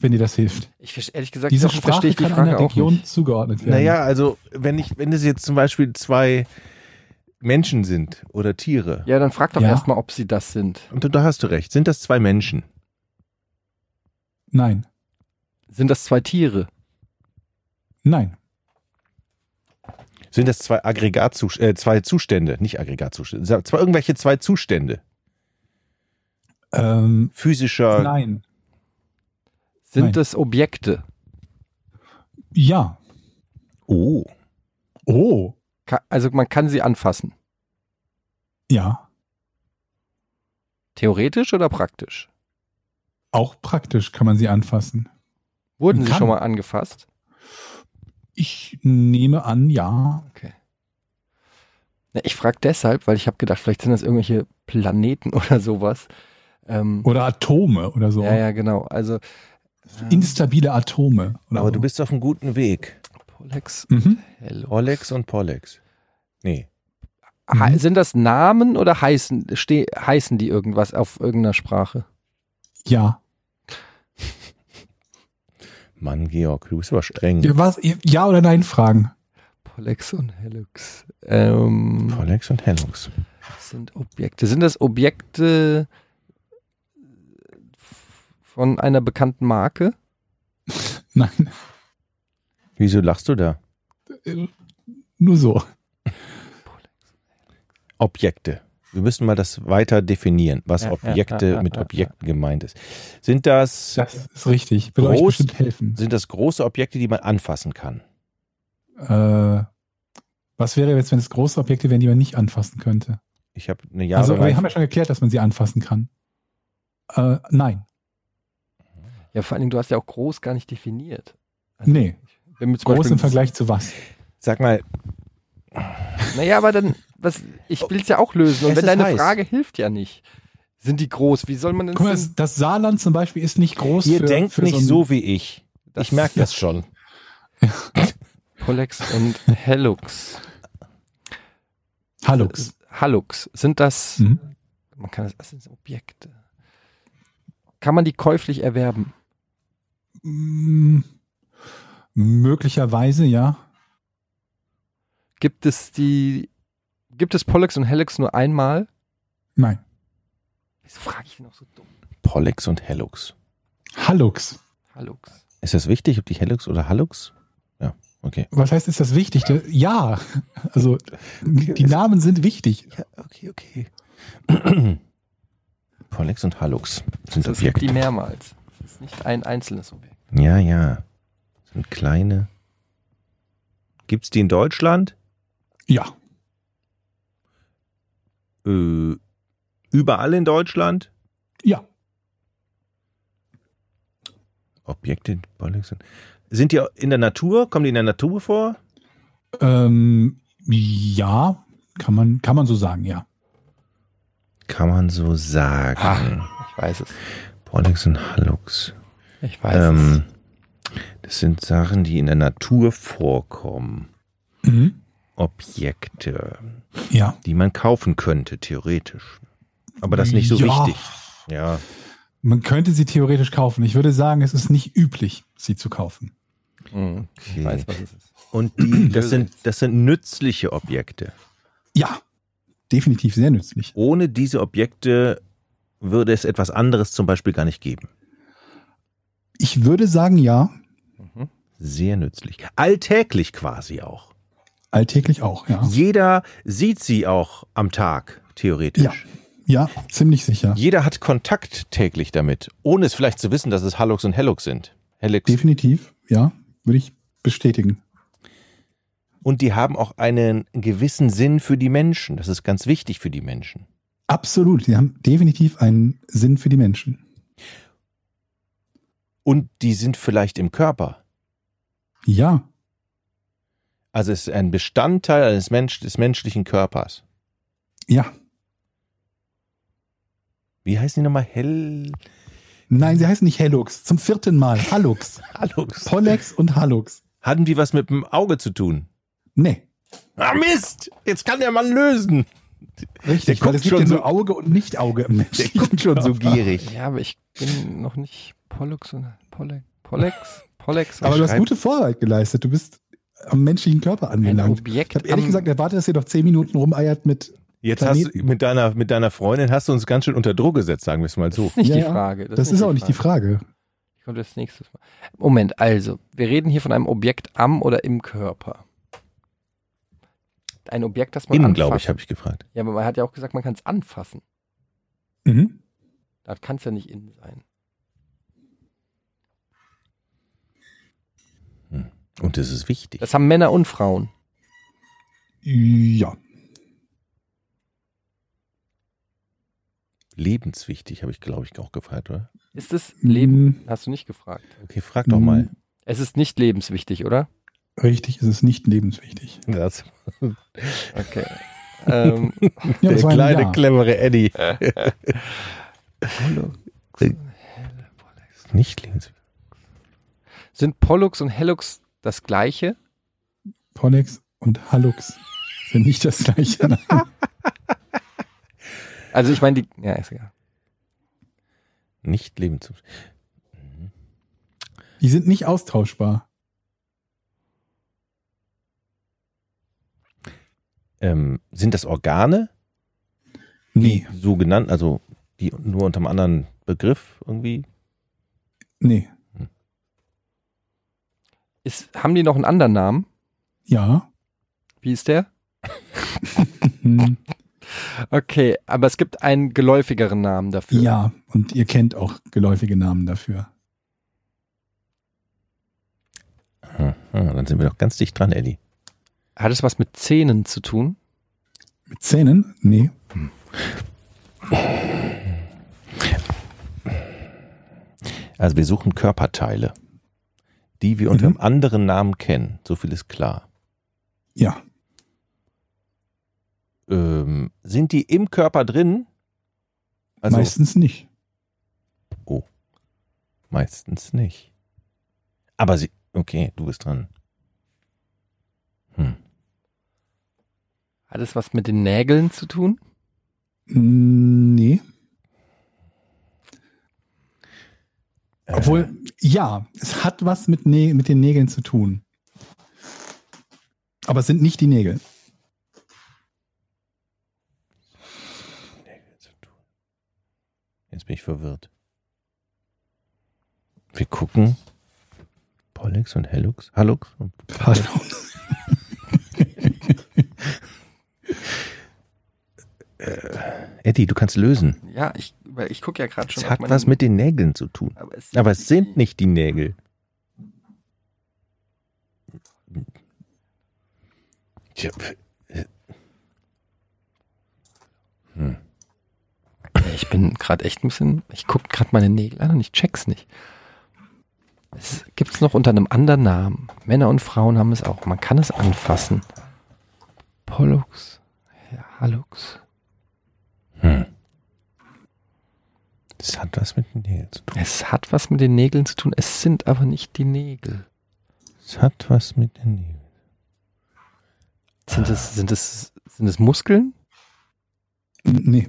Wenn dir das hilft.
Ich verste- ehrlich gesagt
Diese
doch, verstehe
Sprache
ich die
kann
Frage
einer
auch
Region
nicht.
zugeordnet werden.
Naja, also wenn ich, wenn es jetzt zum Beispiel zwei Menschen sind oder Tiere,
Ja, dann frag doch
Ja.
erstmal, ob sie das sind.
und da hast du recht, sind das zwei Menschen?
Nein,
Sind das zwei Tiere?
nein.
Sind das zwei Aggregatzus äh, zwei Zustände, nicht Aggregatzustände, sa- zwei irgendwelche zwei Zustände?
Ähm,
Äh,
Physischer.
nein.
Sind
Nein.
das Objekte?
Ja.
Oh.
Oh.
Ka- Also man kann sie anfassen.
Ja.
Theoretisch oder praktisch?
Auch praktisch kann man sie anfassen.
Wurden
Man
sie
kann.
schon mal angefasst?
Ich nehme an, ja.
Na, ich frage deshalb, weil ich habe gedacht, vielleicht sind das irgendwelche Planeten oder sowas. Ähm,
Oder Atome oder so.
Ja, ja, genau. Also ähm,
Instabile Atome. Oder
Aber
so.
du bist auf einem guten Weg.
Polex,
Mhm.
hello.
Olex und Pollex. Nee.
Ha-
Mhm.
Sind das Namen oder heißen, ste heißen die irgendwas auf irgendeiner Sprache?
Ja.
Mann, Georg, du bist aber streng.
Hm.
Ja, was, ja oder nein fragen.
Polex und Helux ähm,
Pollex und Hellux.
sind Objekte. Sind das Objekte von einer bekannten Marke?
Nein.
Wieso lachst du da?
Äh, Nur so.
Objekte. Wir müssen mal das weiter definieren, was
Ja, ja,
Objekte
ja, ja,
mit
ja, ja.
Objekten gemeint ist. Sind das
Das ist richtig. Würde euch
Groß-
bestimmt helfen.
sind das große Objekte, die man anfassen kann.
Äh, was wäre jetzt, wenn es große Objekte wären, die man nicht anfassen könnte?
Ich habe eine
also,
Jahre
wir haben ja schon geklärt, dass man sie anfassen kann. Äh, nein.
Ja, vor allen Dingen, du hast ja auch groß gar nicht definiert. Also
Nee.
Wenn wir zum
Groß
Beispiel-
im Vergleich zu was?
Sag mal,
Naja, aber dann, was,
Oh.
ich will es ja auch lösen. Und
Es
wenn
ist
deine
heiß.
Frage hilft ja nicht. Sind die groß? Wie soll man denn
Guck mal,
das,
das- das Saarland zum Beispiel ist nicht groß.
ihr
für,
denkt
für
nicht
ein-
so wie ich. ich merke das schon.
Polex und Helux.
Hallux.
Halux. Sind das,
Mhm.
man kann das, das sind Objekte. Kann man die käuflich erwerben?
Mm, Hm, Möglicherweise, ja.
Gibt es die, gibt es Pollux und Helix nur einmal?
Nein.
Wieso frage ich noch so dumm?
Pollex und Hellux.
Hallux.
Hallux.
Ist das wichtig, ob die Hellux oder Hallux? Ja, okay.
Was heißt, ist das wichtig? Der- Ja. Also, die Namen sind wichtig.
Ja, okay, okay. Pollex und Hallux sind
Es gibt
Objekte.
die mehrmals. Es ist nicht ein einzelnes Objekt.
Ja, ja. Sind kleine. Gibt's die in Deutschland?
Ja.
Äh, überall in Deutschland?
Ja.
Objekte in Pollex und. Sind die in der Natur? Kommen die in der Natur vor?
Ähm, ja, kann man, kann man so sagen, ja.
Kann man so sagen.
Ah, ich weiß es.
Pollex und Hallux.
Ich weiß
Ähm, das sind Sachen, die in der Natur vorkommen.
Mhm.
Objekte,
Ja.
die man kaufen könnte, theoretisch. Aber das ist nicht so
ja.
wichtig. Ja.
Man könnte sie theoretisch kaufen. Ich würde sagen, es ist nicht üblich, sie zu kaufen.
es. Mhm. Ich
Okay.
weiß, was es ist.
Und die, das, sind, das sind nützliche Objekte.
Ja, definitiv sehr nützlich.
Ohne diese Objekte würde es etwas anderes zum Beispiel gar nicht geben.
Ich würde sagen, ja,
Mhm.
Sehr nützlich. Alltäglich quasi auch.
alltäglich auch, ja.
Jeder sieht sie auch am Tag, theoretisch.
Ja. Ja, ziemlich sicher.
Jeder hat Kontakt täglich damit, ohne es vielleicht zu wissen, dass es Hallux und Hellux sind. Helix.
Definitiv, ja, würde ich bestätigen.
Und die haben auch einen gewissen Sinn für die Menschen. Das ist ganz wichtig für die Menschen.
Absolut, sie haben definitiv einen Sinn für die Menschen.
Und die sind vielleicht im Körper.
Ja,
Also es ist ein Bestandteil eines Mensch, des menschlichen Körpers.
ja.
Wie heißen die nochmal? Hell
Nein, sie heißen nicht Hellux, zum vierten Mal. Hallux.
Hallux.
Pollex und Hallux.
Hatten die was mit dem Auge zu tun?
Nee,
Ah Mist! Jetzt kann der Mann lösen. Der
richtig,
guckt
weil es gibt
schon
ja
so-
nur Auge und Nicht-Auge im
Der
menschlichen
guckt schon so
Körper.
gierig.
Ja, aber ich bin noch nicht Pollux und Polle, Pollex. Pollex.
Aber du hast
Schreibt-
gute Vorarbeit geleistet. Du bist am menschlichen Körper
ein
angelangt.
Objekt.
Ich habe ehrlich
am-
gesagt erwartet, dass ihr doch zehn Minuten rumeiert mit.
Jetzt hast du
Planeten.
mit deiner, mit deiner Freundin hast du uns ganz schön unter Druck gesetzt, sagen wir es mal
Das
so.
ist nicht
Ja,
die
ja.
Frage.
Das, ist auch nicht die Frage.
Die Kommt jetzt nächstes Mal. Moment, also, wir reden hier von einem Objekt am oder im Körper. Ein Objekt, das man
Innen,
anfassen-
glaube ich, habe ich gefragt.
Ja, aber man hat ja auch gesagt, man kann es anfassen.
Mhm.
Da kann es ja nicht innen sein.
Und das ist wichtig.
Das haben Männer und Frauen.
Ja.
Lebenswichtig, habe ich, glaube ich, auch gefragt, oder?
Ist es Leben?
Mhm.
Hast du nicht gefragt.
Okay, frag doch mal.
Es ist nicht lebenswichtig, oder?
Richtig, es ist nicht lebenswichtig.
Das.
Okay. ähm,
Ja, das war ein Ja.
clevere Eddie. Äh, Nicht links.
sind Pollux und Hellux das gleiche?
Pollex und Hallux sind nicht das gleiche. Nein.
Also ich meine, die. Ja, ist egal.
Nicht lebens. Mhm.
Die sind nicht austauschbar.
Ähm, sind das Organe?
Nee,
So genannt, also die nur unter einem anderen Begriff irgendwie?
nee.
Ist, haben die noch einen anderen Namen?
Ja.
Wie ist der?
Hm.
Okay, aber es gibt einen geläufigeren Namen dafür.
Ja, und ihr kennt auch geläufige Namen dafür.
Aha, Hm, dann sind wir doch ganz dicht dran, Eddie.
Hat es was mit Zähnen zu tun?
Mit Zähnen? Nee.
Also wir suchen Körperteile, die wir unter
Mhm.
einem anderen Namen kennen. So viel ist klar.
Ja.
Ähm, sind die im Körper drin? Also
Meistens nicht.
meistens nicht. Aber sie. Okay, du bist dran. Hm.
Hat es was mit den Nägeln zu tun?
Hm, Nee.
Äh,
Obwohl, ja, es hat was mit, Nä mit den Nägeln zu tun. Aber es sind nicht die Nägel.
Jetzt bin ich verwirrt. Wir gucken. Pollux und Hellux. Hallux. und-
Hallo.
Eddie, du kannst lösen.
Ja, ich, weil ich gucke ja gerade schon.
Es
auf
hat
meinen-
was mit den Nägeln zu tun.
Aber es,
Aber es sind nicht die Nägel. Tja, äh. Hm.
Ich bin gerade echt ein bisschen. Ich gucke gerade meine Nägel an und ich check's nicht. Es gibt's noch unter einem anderen Namen. Männer und Frauen haben es auch. Man kann es anfassen. Pollux. Ja, Hallux.
Hm. Das hat was mit den Nägeln zu tun.
Es hat was mit den Nägeln zu tun. Es sind aber nicht die Nägel.
Es hat was mit den Nägeln.
Sind es, sind es, sind es Muskeln?
Nee.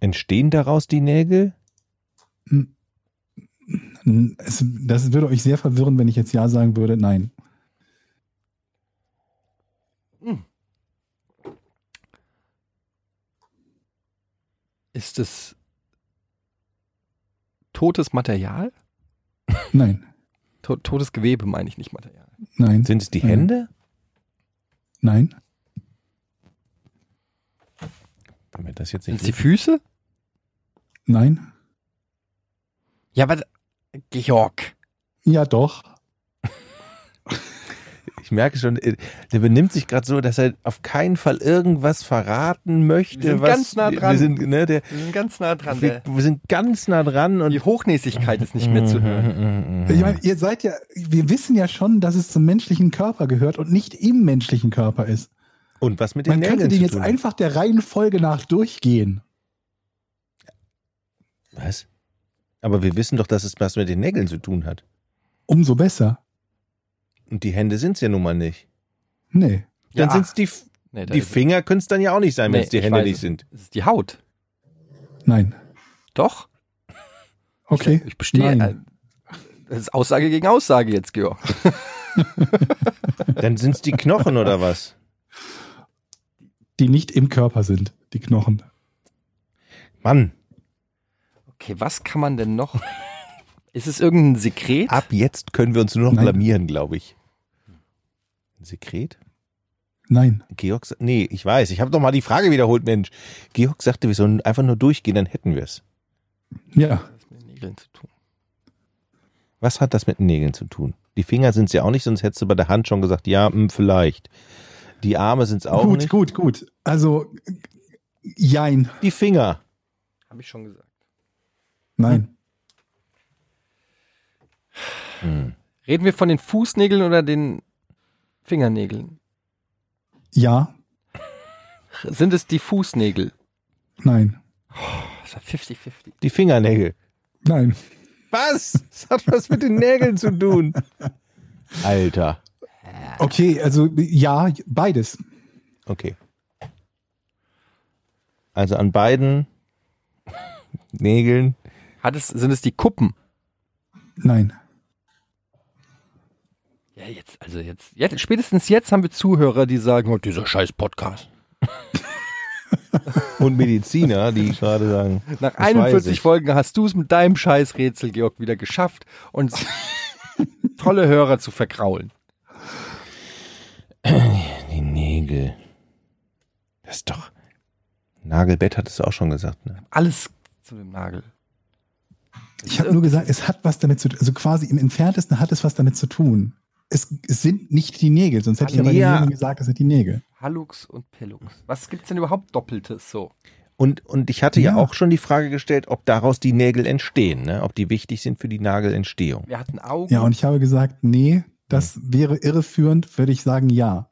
Entstehen daraus die Nägel?
Es, das würde euch sehr verwirren, wenn ich jetzt Ja sagen würde. Nein.
Ist es totes Material?
Nein.
To totes Gewebe meine ich nicht Material.
Nein.
Sind es die
Mhm.
Nein.
Hände?
Nein.
Wenn wir das jetzt
Sind es
nicht
die Füße?
Nein.
Ja, aber Georg.
Ja, doch.
Ich merke schon, äh, der benimmt sich gerade so, dass er auf keinen Fall irgendwas verraten möchte.
Wir sind
was,
ganz nah dran.
Wir sind, ne, der,
Wir sind ganz nah dran.
wir, wir sind Mhm. ganz nah dran und
Die Hochnäsigkeit ist nicht mehr zu hören.
Ich meine, ihr seid ja, wir wissen ja schon, dass es zum menschlichen Körper gehört und nicht im menschlichen Körper ist.
und was mit den
Man könnte
Nägeln
den
zu
jetzt
tun? hat.
einfach der Reihenfolge nach durchgehen.
was? Aber wir wissen doch, dass es was mit den Nägeln zu tun hat.
Umso besser.
Und die Hände sind es ja nun mal nicht.
Nee.
Dann
Ja.
sind's die, F-
Nee, da
die
ist es.
Finger können es dann ja auch nicht sein,
Nee,
wenn es die
ich
Hände
weiß
nicht
es.
sind.
Es ist die Haut.
Nein.
Doch.
Okay.
Ich bestehe.
Nein.
äh, Das ist Aussage gegen Aussage jetzt, Georg.
Dann sind es die Knochen oder was?
Die nicht im Körper sind, die Knochen.
Mann,
Okay, was kann man denn noch? Ist es irgendein Sekret?
ab jetzt können wir uns nur noch
Nein.
blamieren, glaube ich. Ein Sekret?
Nein.
Georg, sa- nee, ich weiß, ich habe doch mal die Frage wiederholt, Mensch. Georg sagte, wir sollen einfach nur durchgehen, dann hätten wir es.
Ja.
Was mit den Nägeln zu tun?
Was hat das mit den Nägeln zu tun? Die Finger sind es ja auch nicht, sonst hättest du bei der Hand schon gesagt, ja, hm, vielleicht. Die Arme sind es auch
gut,
nicht.
gut, gut. Also, jein.
Die Finger.
Habe ich schon gesagt.
Nein.
Hm.
Reden wir von den Fußnägeln oder den Fingernägeln?
Ja.
Sind es die Fußnägel?
Nein.
Das war 50-50.
Die Fingernägel.
Nein.
Was? Das hat was mit den Nägeln zu tun. Alter.
Okay, also ja, beides.
Okay. Also an beiden Nägeln.
Hat es, sind es die Kuppen?
Nein.
Ja, jetzt, also jetzt, jetzt, spätestens jetzt haben wir Zuhörer, die sagen, oh, dieser scheiß Podcast.
Und Mediziner, die gerade sagen.
Nach
weiß
41
ich.
Folgen hast du es mit deinem scheiß Rätsel, Georg, wieder geschafft, uns tolle Hörer zu verkraulen.
Die Nägel. Das ist doch. Nagelbett hattest du auch schon gesagt, ne?
Alles zu dem Nagel.
Ich habe nur gesagt, es hat was damit zu tun. Also quasi im entferntesten hat es was damit zu tun. Es, es sind nicht die Nägel, sonst hätte ich ja bei den
Ja.
Nägeln gesagt, es sind die Nägel.
Hallux und Pellux. Was gibt's denn überhaupt Doppeltes so?
Und, und ich hatte ja.
Ja.
auch schon die Frage gestellt, ob daraus die Nägel entstehen, ne? ob die wichtig sind für die Nagelentstehung.
Wir hatten Augen.
Ja, und ich habe gesagt, nee, das wäre irreführend, würde ich sagen, ja.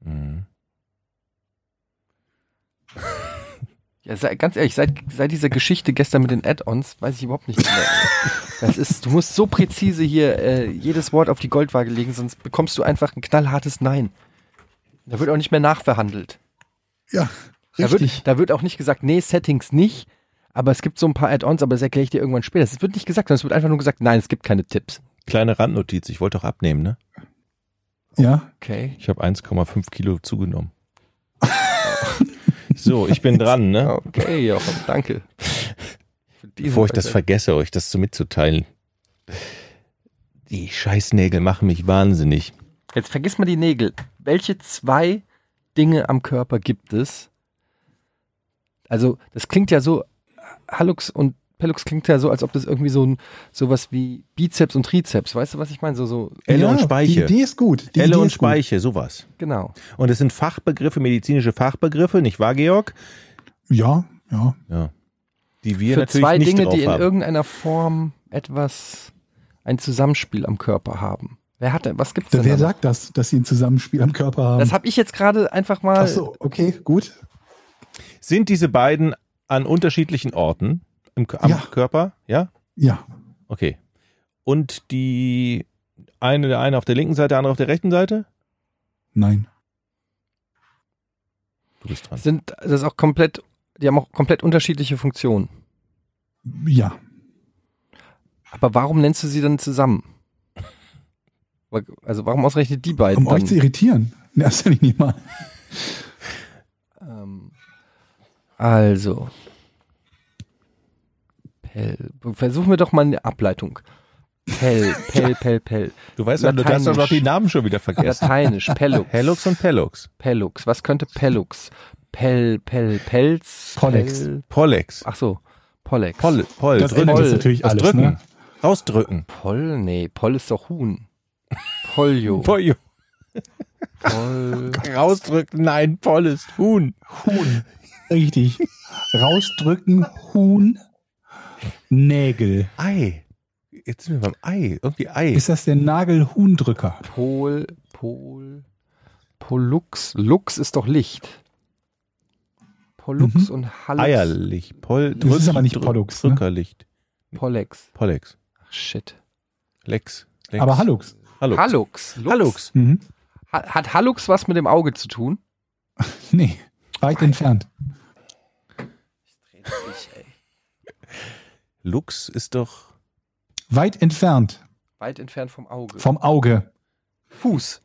Mhm.
ja, sei, ganz ehrlich, seit, seit dieser Geschichte gestern mit den Add-ons, weiß ich überhaupt nicht mehr. Das ist, du musst so präzise hier äh, jedes Wort auf die Goldwaage legen, sonst bekommst du einfach ein knallhartes Nein. Da wird auch nicht mehr nachverhandelt.
Ja,
Da wird, da wird auch nicht gesagt, nee, Settings nicht. Aber es gibt so ein paar Add-ons, aber das erkläre ich dir irgendwann später. Es wird nicht gesagt, sondern es wird einfach nur gesagt, nein, es gibt keine Tipps.
Kleine Randnotiz, ich wollte doch abnehmen, ne?
Ja,
Okay.
Ich habe 1,5 Kilo zugenommen. so, ich bin dran, ne?
Okay, Jochen, danke. Für diesen
Bevor ich das
Beitrag.
vergesse, euch das so mitzuteilen. Die Scheißnägel machen mich wahnsinnig.
Jetzt vergiss mal die Nägel. Welche zwei Dinge am Körper gibt es? Also, das klingt ja so, Hallux und Pellux klingt ja so, als ob das irgendwie so ein sowas wie Bizeps und Trizeps, weißt du, was ich meine? So, so,
Elle
ja,
und Speiche.
Die Idee ist gut. Die
Elle
Idee
und
ist gut.
Speiche, sowas.
genau.
Und es sind Fachbegriffe, medizinische Fachbegriffe, nicht wahr, Georg?
Ja, ja.
Ja. Die wir
Für
natürlich
zwei
nicht
Dinge,
drauf
die in
haben.
irgendeiner Form etwas, ein Zusammenspiel am Körper haben. Wer hat denn, was gibt's denn?
Wer
da noch?
sagt das, dass sie ein Zusammenspiel am Körper haben?
das habe ich jetzt gerade einfach mal.
Ach so, okay, gut.
sind diese beiden an unterschiedlichen Orten im, K- am
Ja.
Körper? Ja?
Ja,
Okay. Und die eine, der eine auf der linken Seite, der andere auf der rechten Seite?
nein.
Du bist dran.
Sind das ist auch komplett, die haben auch komplett unterschiedliche Funktionen.
Ja,
Aber warum nennst du sie dann zusammen? Weil- Also warum ausgerechnet die beiden?
um euch zu
Dann?
irritieren. Nervst du dich nicht mal.
Ähm, also. Pell. Versuchen wir doch mal eine Ableitung. Pell, Pell, Pell, Pell.
Du weißt ja, du hast doch
Lateinisch.
noch die Namen schon wieder vergessen.
Lateinisch, Pellux.
Hellux und Pellux.
Pellux. Was könnte Pellux? Pell, Pell, Pelz.
Pollex.
Pell,
Pollex.
ach so, Pollex.
Poll, Poll.
Das
drücken.
ändert jetzt
Voll.
natürlich
Das
alles.
drücken.
Ne?
Rausdrücken.
Poll? Nee, Poll ist doch Huhn. Polio.
Pollo.
Poll.
Rausdrücken. Nein, Poll ist Huhn.
Huhn. Richtig. Rausdrücken, Huhn, Nägel.
Ei. Jetzt sind wir beim Ei. Irgendwie Ei.
Ist das der Nagel-Huhndrücker?
Pol, Pol, Pollux. Lux ist doch Licht. Pollux
Mhm.
und Hallux.
Eierlich. Poll,
Das ist aber nicht
Drück-
Pollux, ne?
Drückerlicht.
Pollex.
Pollex.
Ach, shit.
Lex. Lex.
Aber Hallux.
Hallux.
Hallux. Lux.
Hallux.
Mhm.
Ha hat Hallux was mit dem Auge zu tun?
Nee, weit entfernt.
Lux ist doch.
Weit entfernt
Weit entfernt vom Auge.
vom Auge.
Fuß.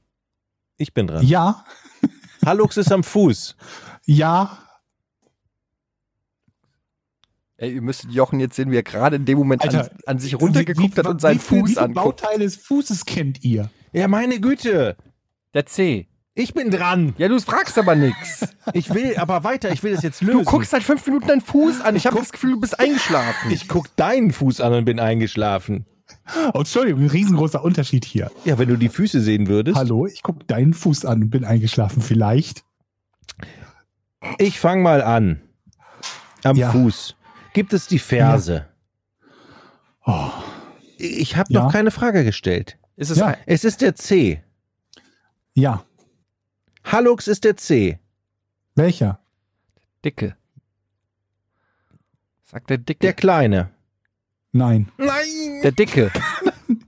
Ich bin dran.
Ja,
Hallux ist am Fuß.
ja,
Ey, ihr müsstet Jochen jetzt sehen, wie er gerade in dem Moment an,
Alter,
an sich runtergeguckt
Wie-
hat und seinen
wie viel-
Fuß
wie viele
anguckt.
Bauteile des Fußes kennt ihr?
Ja, meine Güte.
Der C.
Ich bin dran.
Ja, du fragst aber nix.
Ich will aber weiter. Ich will das jetzt lösen.
Du guckst seit fünf Minuten deinen Fuß an. Ich habe das Gefühl, du bist eingeschlafen.
Ich guck deinen Fuß an und bin eingeschlafen.
Oh, Entschuldigung, ein riesengroßer Unterschied hier.
Ja, wenn du die Füße sehen würdest.
Hallo, ich gucke deinen Fuß an und bin eingeschlafen, vielleicht.
Ich fang mal an. Am
Ja.
Fuß. Gibt es die Ferse?
Oh,
Ich habe
Ja.
noch keine Frage gestellt.
Ist es
Ja.
ein-
Es ist der C.
ja,
Hallux ist der C.
welcher?
Dicke. Sagt der Dicke.
Der Kleine.
Nein.
Nein!
Der Dicke.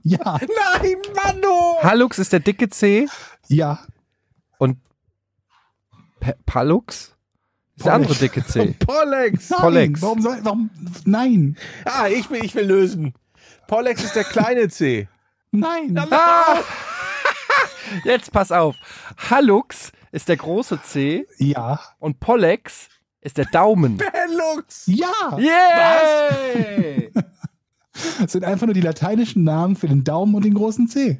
Ja,
Nein, Manu!
Hallux ist der dicke C
ja,
und P Pallux ist der
Pollux.
andere dicke C.
Pollex!
nein.
Pollex.
Warum soll, warum, nein,
Ah, ich will, ich will lösen. Pollex ist der kleine C.
nein.
Ah! Jetzt pass auf. Hallux ist der große C
Ja,
und Pollex ist der Daumen.
Hellux!
ja.
Yay!
Das sind einfach nur die lateinischen Namen für den Daumen und den großen Zeh.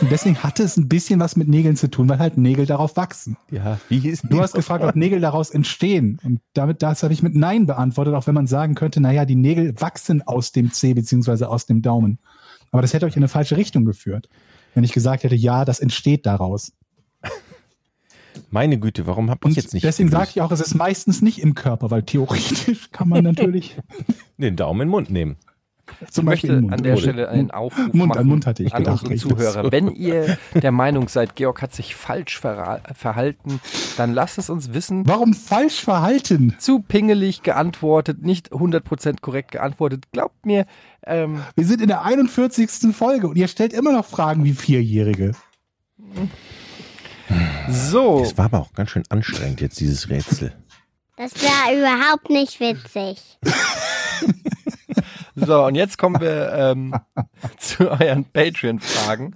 Und deswegen hatte es ein bisschen was mit Nägeln zu tun, weil halt Nägel darauf wachsen.
Ja, wie hieß
Du hast gefragt, ob Nägel daraus entstehen. Und damit das habe ich mit Nein beantwortet, auch wenn man sagen könnte, naja, die Nägel wachsen aus dem Zeh beziehungsweise aus dem Daumen. Aber das hätte euch in eine falsche Richtung geführt, wenn ich gesagt hätte, ja, das entsteht daraus.
Meine Güte, warum hab ich
Und
jetzt nicht
deswegen sage
gelöst?
ich auch, es ist meistens nicht im Körper, weil theoretisch kann man natürlich
den Daumen in den Mund nehmen?
Ich
zum Beispiel im
möchte
Mund.
an der
Mund.
Stelle einen Aufruf
Mund an
machen
Mund hatte ich
an
gedacht,
unsere
richtig.
Zuhörer. Wenn ihr der Meinung seid, Georg hat sich falsch verra- verhalten, dann lasst es uns wissen.
Warum falsch verhalten?
zu pingelig geantwortet, nicht 100% korrekt geantwortet. Glaubt mir, ähm,
Wir sind in der 41. Folge und ihr stellt immer noch Fragen wie Vierjährige.
so.
Oh.
Das war aber auch ganz schön anstrengend jetzt, dieses Rätsel.
Das war überhaupt nicht witzig.
So, und jetzt kommen wir ähm, zu euren Patreon-Fragen.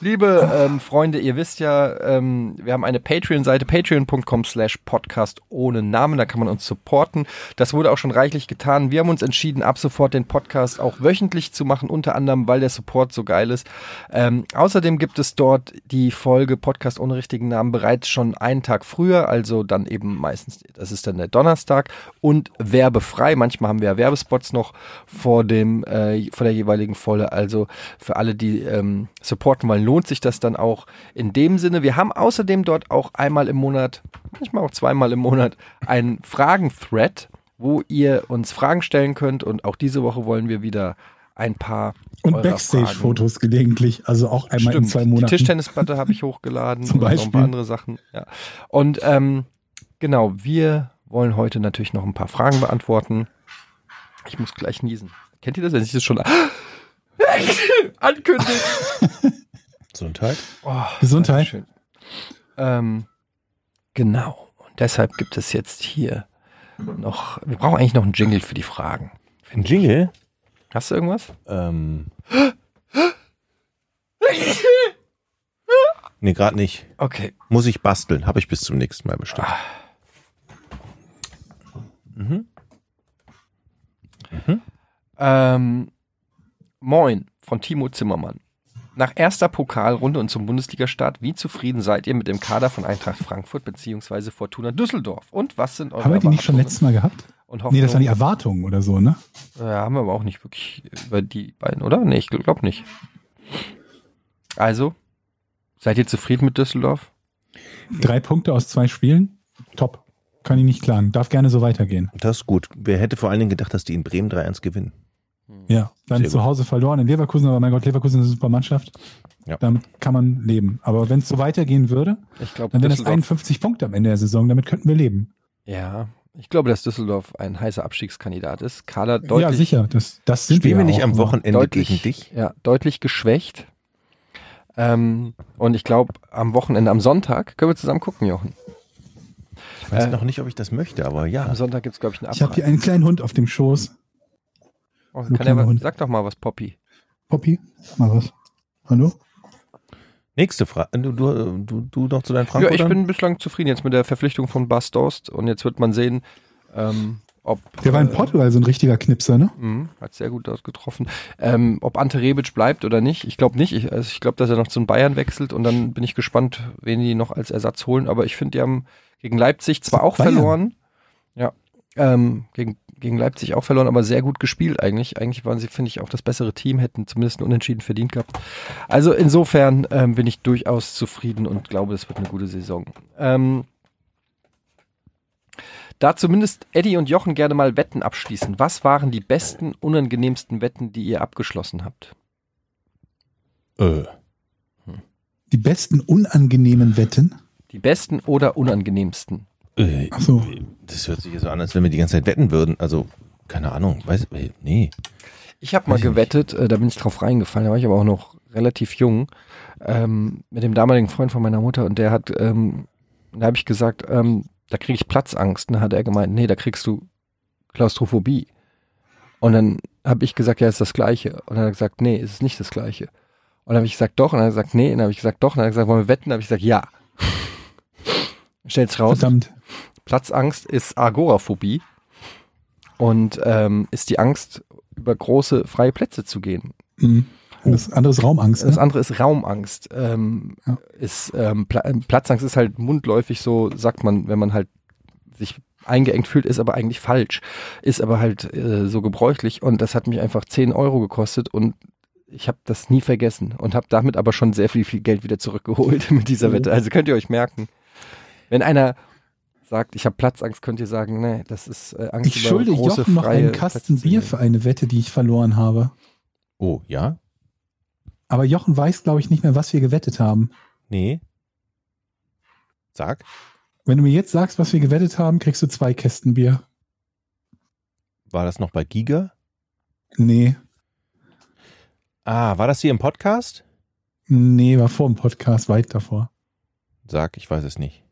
Liebe ähm, Freunde, ihr wisst ja, ähm, wir haben eine Patreon-Seite, patreon.com slash podcast ohne Namen, da kann man uns supporten. Das wurde auch schon reichlich getan. Wir haben uns entschieden, ab sofort den Podcast auch wöchentlich zu machen, unter anderem, weil der Support so geil ist. Ähm, außerdem gibt es dort die Folge Podcast ohne richtigen Namen bereits schon einen Tag früher, also dann eben meistens, das ist dann der Donnerstag und werbefrei. Manchmal haben wir ja Werbespots noch vor dem äh, vor der jeweiligen Folge. Also für alle, die ähm, supporten wollen, lohnt sich das dann auch in dem Sinne. Wir haben außerdem dort auch einmal im Monat, manchmal auch zweimal im Monat, einen Fragen-Thread, wo ihr uns Fragen stellen könnt. Und auch diese Woche wollen wir wieder ein paar
Und
eurer Fragen-
Backstage-Fotos gelegentlich, also auch einmal in zwei
die
Monaten.
Tischtennisplatte habe ich hochgeladen
Zum
und noch ein
Beispiel.
paar andere Sachen. Ja. Und ähm, genau, wir wollen heute natürlich noch ein paar Fragen beantworten. Ich muss gleich niesen. Kennt ihr das, wenn ich das schon ankündige?
Gesundheit.
Oh,
Gesundheit.
Schön. Ähm, genau. Und deshalb gibt es jetzt hier noch. Wir brauchen eigentlich noch einen Jingle für die Fragen.
Ein Jingle?
Hast du irgendwas?
Ähm. Nee, gerade nicht.
Okay.
Muss ich basteln, habe ich bis zum nächsten Mal bestimmt.
Ah. Mhm.
Ähm, Moin von Timo Zimmermann. Nach erster Pokalrunde und zum Bundesligastart, wie zufrieden seid ihr mit dem Kader von Eintracht Frankfurt bzw. Fortuna Düsseldorf? Und was sind eure
Haben wir die nicht schon
Erwartungen
letztes Mal gehabt?
und
Nee,
Hoffnungen?
das waren die Erwartungen oder so, ne?
Ja, haben wir aber auch nicht wirklich über die beiden, oder? Nee, ich glaube nicht. Also, seid ihr zufrieden mit Düsseldorf?
Drei Punkte aus zwei Spielen, top. Kann ich nicht klagen. Darf gerne so weitergehen.
Das ist gut. Wer hätte vor allen Dingen gedacht, dass die in Bremen 3-1 gewinnen?
Ja, dann
Sehr
zu
gut.
Hause verloren in Leverkusen, aber mein Gott, Leverkusen ist eine super Mannschaft.
Ja.
Damit kann man leben. Aber wenn es so weitergehen würde,
Ich glaube,
dann wären das 51 Punkte am Ende der Saison. Damit könnten wir leben.
Ja, ich glaube, dass Düsseldorf ein heißer Abstiegskandidat ist. Kader deutlich,
Ja, sicher. Das, das sind
Spielen wir
ja
nicht
auch,
am
aber-
Wochenende
deutlich,
gegen dich?
Ja, deutlich geschwächt. Ähm, und ich glaube, am Wochenende, am Sonntag, können wir zusammen gucken, Jochen.
Ich weiß
Äh,
noch nicht, ob ich das möchte, aber ja.
Am
Also
Sonntag gibt es, glaube ich, einen
Ich habe hier
Abfall.
einen kleinen Hund auf dem Schoß.
Oh,
einen
kann der,
Hund.
sag doch mal was, Poppy.
Poppy, sag mal was. Hallo?
Nächste Frage. Du, du, du, du noch zu deinen Fragen?
Ja, ich
oder?
bin bislang zufrieden jetzt mit der Verpflichtung von Bas Dost und jetzt wird man sehen, ähm, ob.
Der war in
äh,
Portugal so ein richtiger Knipser, ne?
Mhm, hat sehr gut ausgetroffen. Ähm, ob Ante Rebic bleibt oder nicht, ich glaube nicht. Ich, also ich glaube, dass er noch zu den Bayern wechselt und dann bin ich gespannt, wen die noch als Ersatz holen. Aber ich finde, die haben gegen Leipzig zwar auch
Bayern?
verloren, ja, ähm, gegen, gegen Leipzig auch verloren, aber sehr gut gespielt eigentlich. Eigentlich waren sie, finde ich, auch das bessere Team, hätten zumindest einen Unentschieden verdient gehabt. Also insofern ähm, bin ich durchaus zufrieden und glaube, das wird eine gute Saison. Ähm, da zumindest Eddie und Jochen gerne mal Wetten abschließen. Was waren die besten, unangenehmsten Wetten, die ihr abgeschlossen habt?
Äh,
Die besten unangenehmen Wetten.
Die besten oder unangenehmsten?
äh,
Ach so.
das hört sich ja so an, als wenn wir die ganze Zeit wetten würden. Also, keine Ahnung. Weiß, äh, nee.
Ich habe mal
Weiß ich nicht.
gewettet, äh, da bin ich drauf reingefallen, da war ich aber auch noch relativ jung, ähm, mit dem damaligen Freund von meiner Mutter und der hat, ähm, da habe ich gesagt, ähm, da kriege ich Platzangst. Und dann hat er gemeint, nee, da kriegst du Klaustrophobie. Und dann habe ich gesagt, ja, ist das Gleiche. Und dann hat er gesagt, nee, ist es nicht das Gleiche. Und dann habe ich gesagt, doch. Und dann hat er gesagt, nee. Und dann habe ich gesagt, doch. Und dann hat er gesagt, wollen wir wetten? Und dann habe ich gesagt, ja. Stellt's raus.
Verdammt.
Platzangst ist Agoraphobie und ähm, ist die Angst, über große freie Plätze zu gehen.
Mhm. Das andere ist Raumangst.
Das
Ne?
andere ist Raumangst. Ähm,
Ja.
ist, ähm, Pla ähm, Platzangst ist halt mundläufig so, sagt man, wenn man halt sich eingeengt fühlt, ist aber eigentlich falsch. Ist aber halt äh, so gebräuchlich und das hat mich einfach 10 Euro gekostet und ich habe das nie vergessen und habe damit aber schon sehr viel, viel Geld wieder zurückgeholt mit
Mhm.
dieser Wette. Also könnt ihr euch merken, wenn einer sagt, ich habe Platzangst, könnt ihr sagen, nee, das ist äh, Angst
Ich schulde
große
Jochen noch
freie
einen Kasten
Plätze zu
Bier
gehen.
für eine Wette, die ich verloren habe.
Oh, ja?
Aber Jochen weiß, glaube ich, nicht mehr, was wir gewettet haben.
Nee? Sag.
Wenn du mir jetzt sagst, was wir gewettet haben, kriegst du zwei Kästen Bier.
War das noch bei Giga?
Nee,
Ah, war das hier im Podcast?
nee, war vor dem Podcast, weit davor.
Sag, ich weiß es nicht.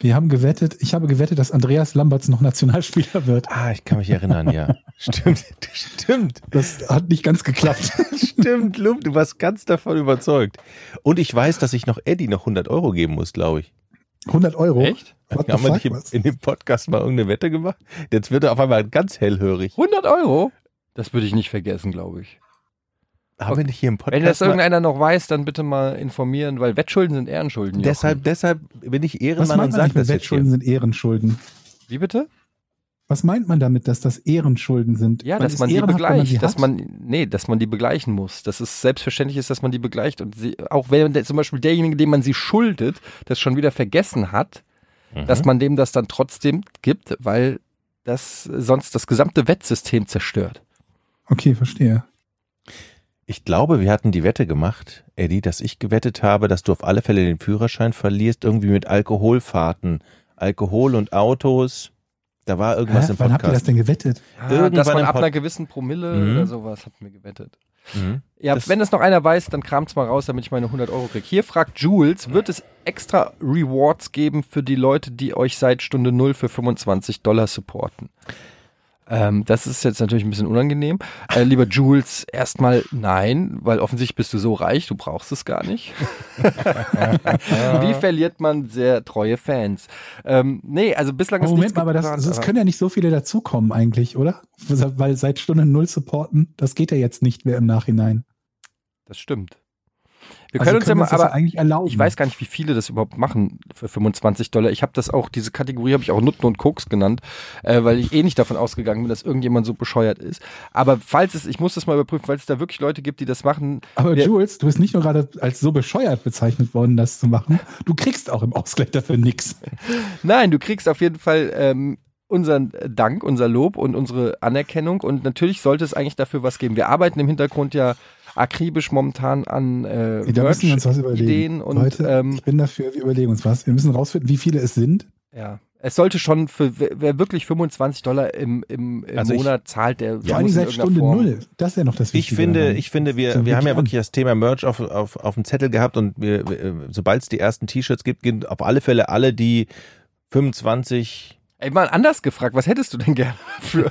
Wir haben gewettet, ich habe gewettet, dass Andreas Lamberts noch Nationalspieler wird.
Ah, ich kann mich erinnern, ja. Stimmt, stimmt,
Das hat nicht ganz geklappt.
stimmt, Lump, du warst ganz davon überzeugt. Und ich weiß, dass ich noch Eddie noch 100 Euro geben muss, glaube ich.
100 Euro.
Echt?
What the
Haben wir
fuck?
nicht im,
Was?
in dem Podcast mal irgendeine Wette gemacht? Jetzt wird er auf einmal ganz hellhörig.
100 Euro? Das würde ich nicht vergessen, glaube ich.
Haben wir nicht hier im Podcast
Wenn das
mal-
irgendeiner noch weiß, dann bitte mal informieren, weil Wettschulden sind Ehrenschulden. Jochen.
Deshalb, deshalb bin ich
Was
Ehrenmann
meint
und
man
sage
nicht mit
das jetzt
Wettschulden
hier.
sind Ehrenschulden?
Wie bitte?
Was meint man damit, dass das Ehrenschulden sind?
Ja, dass
ist
man die
ehrenhaft, wenn
begleicht,
sie
dass
hat.
man nee, dass man die begleichen muss. Dass es selbstverständlich ist, dass man die begleicht und sie, auch wenn der, zum Beispiel derjenige, dem man sie schuldet, das schon wieder vergessen hat,
Mhm.
dass man dem das dann trotzdem gibt, weil das sonst das gesamte Wettsystem zerstört.
Okay, verstehe.
Ich glaube, wir hatten die Wette gemacht, Eddie, dass ich gewettet habe, dass du auf alle Fälle den Führerschein verlierst, irgendwie mit Alkoholfahrten. Alkohol und Autos. Da war
Hä?
irgendwas im
Wann habt ihr das
Podcast.
denn gewettet?
Irgendwann
dass man
im
ab
Pod-
einer gewissen Promille
Mhm.
oder sowas hat mir gewettet.
Mhm.
Ja,
Das-
wenn es noch einer weiß, dann kramt's mal raus, damit ich meine 100 Euro krieg. Hier fragt Jules, wird es extra Rewards geben für die Leute, die euch seit Stunde Null für 25 Dollar supporten? Ähm, das ist jetzt natürlich ein bisschen unangenehm. Äh, lieber Jules, erstmal nein, weil offensichtlich bist du so reich, du brauchst es gar nicht. Wie verliert man sehr treue Fans? Ähm, nee, also bislang ist
Moment
nichts
mal, aber das,
geplant,
also es
aber-
können ja nicht so viele dazukommen eigentlich, oder? Weil seit Stunde null supporten, das geht ja jetzt nicht mehr im Nachhinein.
das stimmt. Wir
also
können uns ja mal,
das
aber
ja eigentlich erlauben.
Ich weiß gar nicht, wie viele das überhaupt machen für 25 Dollar. Ich habe das auch, diese Kategorie habe ich auch Nutten und Koks genannt, äh, weil ich eh nicht davon ausgegangen bin, dass irgendjemand so bescheuert ist. Aber falls es, ich muss das mal überprüfen, falls es da wirklich Leute gibt, die das machen,
aber
wir-
Jules, du bist nicht nur gerade als so bescheuert bezeichnet worden, das zu machen. Du kriegst auch im Ausgleich dafür nichts.
nein, du kriegst auf jeden Fall ähm, unseren Dank, unser Lob und unsere Anerkennung. Und natürlich sollte es eigentlich dafür was geben. Wir arbeiten im Hintergrund ja akribisch momentan an äh,
Da müssen wir uns was überlegen.
Merch-Ideen und
Leute,
ähm,
ich bin dafür, wir überlegen uns was. Wir müssen rausfinden, wie viele es sind.
ja. Es sollte schon für, wer, wer wirklich 25 Dollar im, im, im
Also ich-
Monat zahlt, der
Vor
muss
allen
in
Dingen seit
irgendeiner
Stunde
Form-
null. Das ist ja noch das
Ich
Wichtige.
finde,
daran.
ich finde, wir,
Sind
wir haben ja
wirklich
wirklich das Thema Merch auf, auf, auf dem Zettel gehabt und wir, wir, sobald es die ersten T-Shirts gibt, gehen auf alle Fälle alle, die 25.
Ey, mal anders gefragt, was hättest du denn gerne für?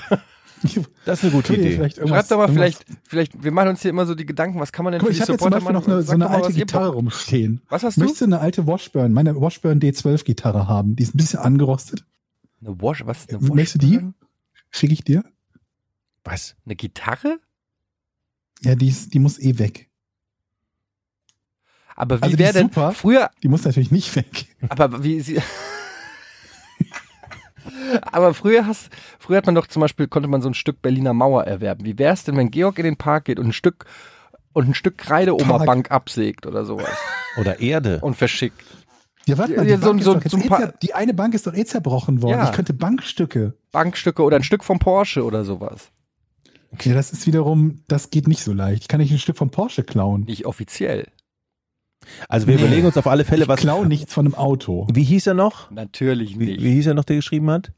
Das ist eine gute
Könnt ihr
Idee.
vielleicht irgendwas-
Schreib doch mal
irgendwas-
vielleicht, vielleicht, wir machen uns hier immer so die Gedanken, was kann man denn
Guck mal,
für
ich
die
habe jetzt zum
Supporter
Beispiel
machen?
noch eine, so
Sag
eine
doch mal,
alte
was ihr
Gitarre
braucht.
rumstehen.
Was hast du?
Möchtest du eine alte Washburn, meine Washburn D12-Gitarre haben? Die ist ein bisschen angerostet.
Eine Wash, was ist eine Wash?
Möchtest du die? Schicke ich dir?
Was?
Eine Gitarre?
Ja, die, ist, die muss eh weg.
Aber wie
Also die
wäre
ist
denn
super.
früher,
Die muss natürlich nicht weg.
aber wie sie Aber früher hast, früher hat man doch zum Beispiel, konnte man so ein Stück Berliner Mauer erwerben. Wie wär's denn, wenn Georg in den Park geht und ein Stück, und ein Stück Kreide-Oma-Bank absägt oder sowas
Oder Erde.
und verschickt?
Ja, warte mal, die,
Ja, so-
Bank
so-
ist doch jetzt
so ein
eh
paar-
zer- die eine Bank ist doch eh zerbrochen worden.
Ja.
Ich könnte Bankstücke.
Bankstücke oder ein Stück vom Porsche oder sowas.
Okay, das ist wiederum, das geht nicht so leicht. Ich kann nicht ein Stück vom Porsche klauen.
Nicht offiziell.
Also wir
Nee.
überlegen uns auf alle Fälle,
Ich
was.
klaue nichts von einem Auto.
Wie hieß er noch?
Natürlich
Wie,
nicht.
wie hieß er noch, der geschrieben hat?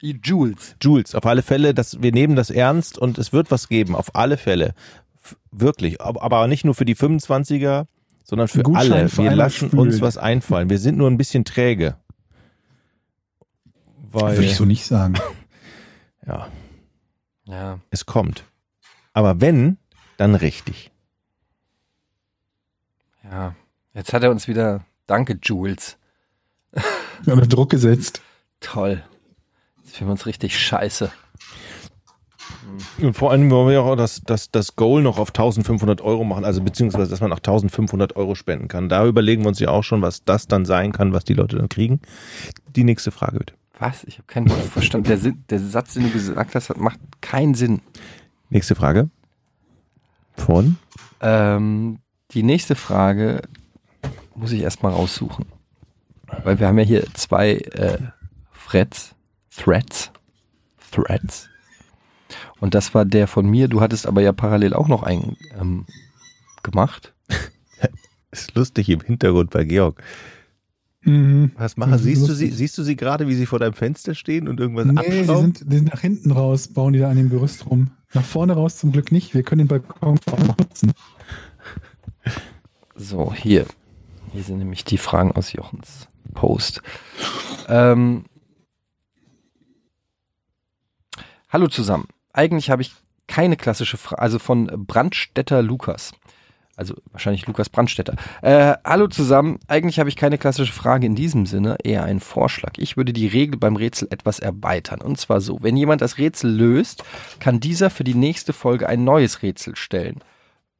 Jules.
Jules, auf alle Fälle, das, wir nehmen das ernst und es wird was geben, auf alle Fälle. F wirklich, Ab- aber nicht nur für die 25er, sondern für
Gutschein
alle.
für
Wir
alle
lassen
spülen.
uns was einfallen. Wir sind nur ein bisschen träge.
Würde ich
Weil,
so nicht sagen.
ja,
Ja.
es kommt. Aber wenn, dann richtig.
Ja. Jetzt hat er uns wieder. Danke, Jules.
Wir haben unter Druck gesetzt.
Toll. Jetzt fühlen wir uns richtig scheiße.
Und vor allem wollen wir auch das, das, das Goal noch auf 1500 Euro machen, also beziehungsweise, dass man auch 1500 Euro spenden kann. Da überlegen wir uns ja auch schon, was das dann sein kann, was die Leute dann kriegen. Die nächste Frage bitte.
Was? Ich habe keinen Wort verstanden. Der, Sinn, der Satz, den du gesagt hast, hat- macht keinen Sinn.
Nächste Frage. Von?
Ähm, die nächste Frage muss ich erstmal raussuchen. Weil wir haben ja hier zwei äh, Threads. Threads. Threads. Und das war der von mir. Du hattest aber ja parallel auch noch einen ähm, gemacht.
Ist lustig im Hintergrund bei Georg.
Mhm.
Was mache?
Das ist
Siehst du sie?
lustig.
Siehst du sie gerade, wie sie vor deinem Fenster stehen und irgendwas
Nee, die
abschrauben?
sind, die sind nach hinten raus, bauen die da an dem Gerüst rum. Nach vorne raus zum Glück nicht. Wir können den Balkon vorne nutzen.
So, hier. Hier sind nämlich die Fragen aus Jochens Post. Ähm, hallo zusammen. Eigentlich habe ich keine klassische Frage, also von Brandstätter Lukas. Also wahrscheinlich Lukas Brandstätter. Äh, hallo zusammen. Eigentlich habe ich keine klassische Frage in diesem Sinne, eher einen Vorschlag. Ich würde die Regel beim Rätsel etwas erweitern. Und zwar so, wenn jemand das Rätsel löst, kann dieser für die nächste Folge ein neues Rätsel stellen.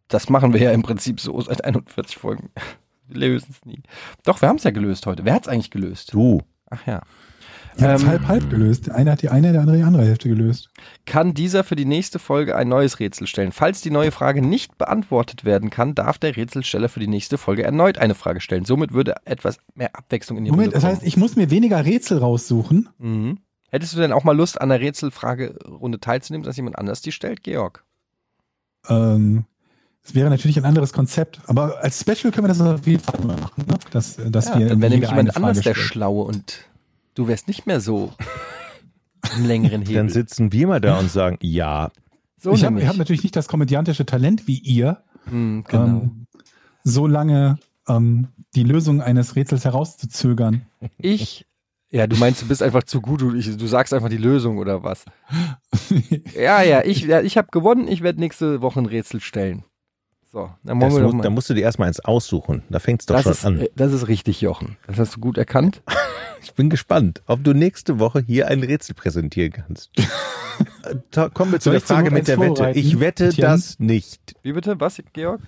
Das machen wir ja im Prinzip so seit 41 Folgen. Wir lösen es nie. Doch, wir haben es ja gelöst heute. Wer hat es eigentlich gelöst?
Du.
Ach ja.
Ihr habt
Ähm,
halb halb gelöst. Der eine hat die eine, der andere die andere Hälfte gelöst.
kann dieser für die nächste Folge ein neues Rätsel stellen. Falls die neue Frage nicht beantwortet werden kann, darf der Rätselsteller für die nächste Folge erneut eine Frage stellen. Somit würde etwas mehr Abwechslung in die
Moment,
Runde
das
kommen.
heißt, ich muss mir weniger Rätsel raussuchen.
mhm. Hättest du denn auch mal Lust, an der Rätselfragerunde teilzunehmen, dass jemand anders die stellt, Georg?
Ähm, es wäre natürlich ein anderes Konzept, aber als Special können wir das auf jeden Fall mal machen. Ne? Dass, dass wir
dann wäre
jeder
nämlich
eine
jemand
Frage
anders der
stellt.
Schlaue und du wärst nicht mehr so im längeren
Dann
Hebel.
sitzen wir mal da und sagen, ja,
So
ich habe
nämlich.
hab natürlich nicht das komödiantische Talent wie ihr,
Mhm, genau.
ähm, so lange ähm, die Lösung eines Rätsels herauszuzögern.
Ich. Ja, du meinst, du bist einfach zu gut, du, ich, du sagst einfach die Lösung oder was? ja, ja, ich, ja, ich habe gewonnen, ich werde nächste Woche ein Rätsel stellen. So, dann wollen
das
wir doch
mu
mal.
da musst du dir erstmal eins aussuchen. Da fängt es doch
das,
schon
ist,
an.
äh, das ist richtig, Jochen. Das hast du gut erkannt.
Ich bin gespannt, ob du nächste Woche hier ein Rätsel präsentieren kannst. Äh, to- Kommen wir zu
Soll
der
ich zur
Frage
Not
mit
eins
der Wette.
vorbereiten,
Ich wette
Etienne?
das nicht.
Wie bitte? Was, Georg?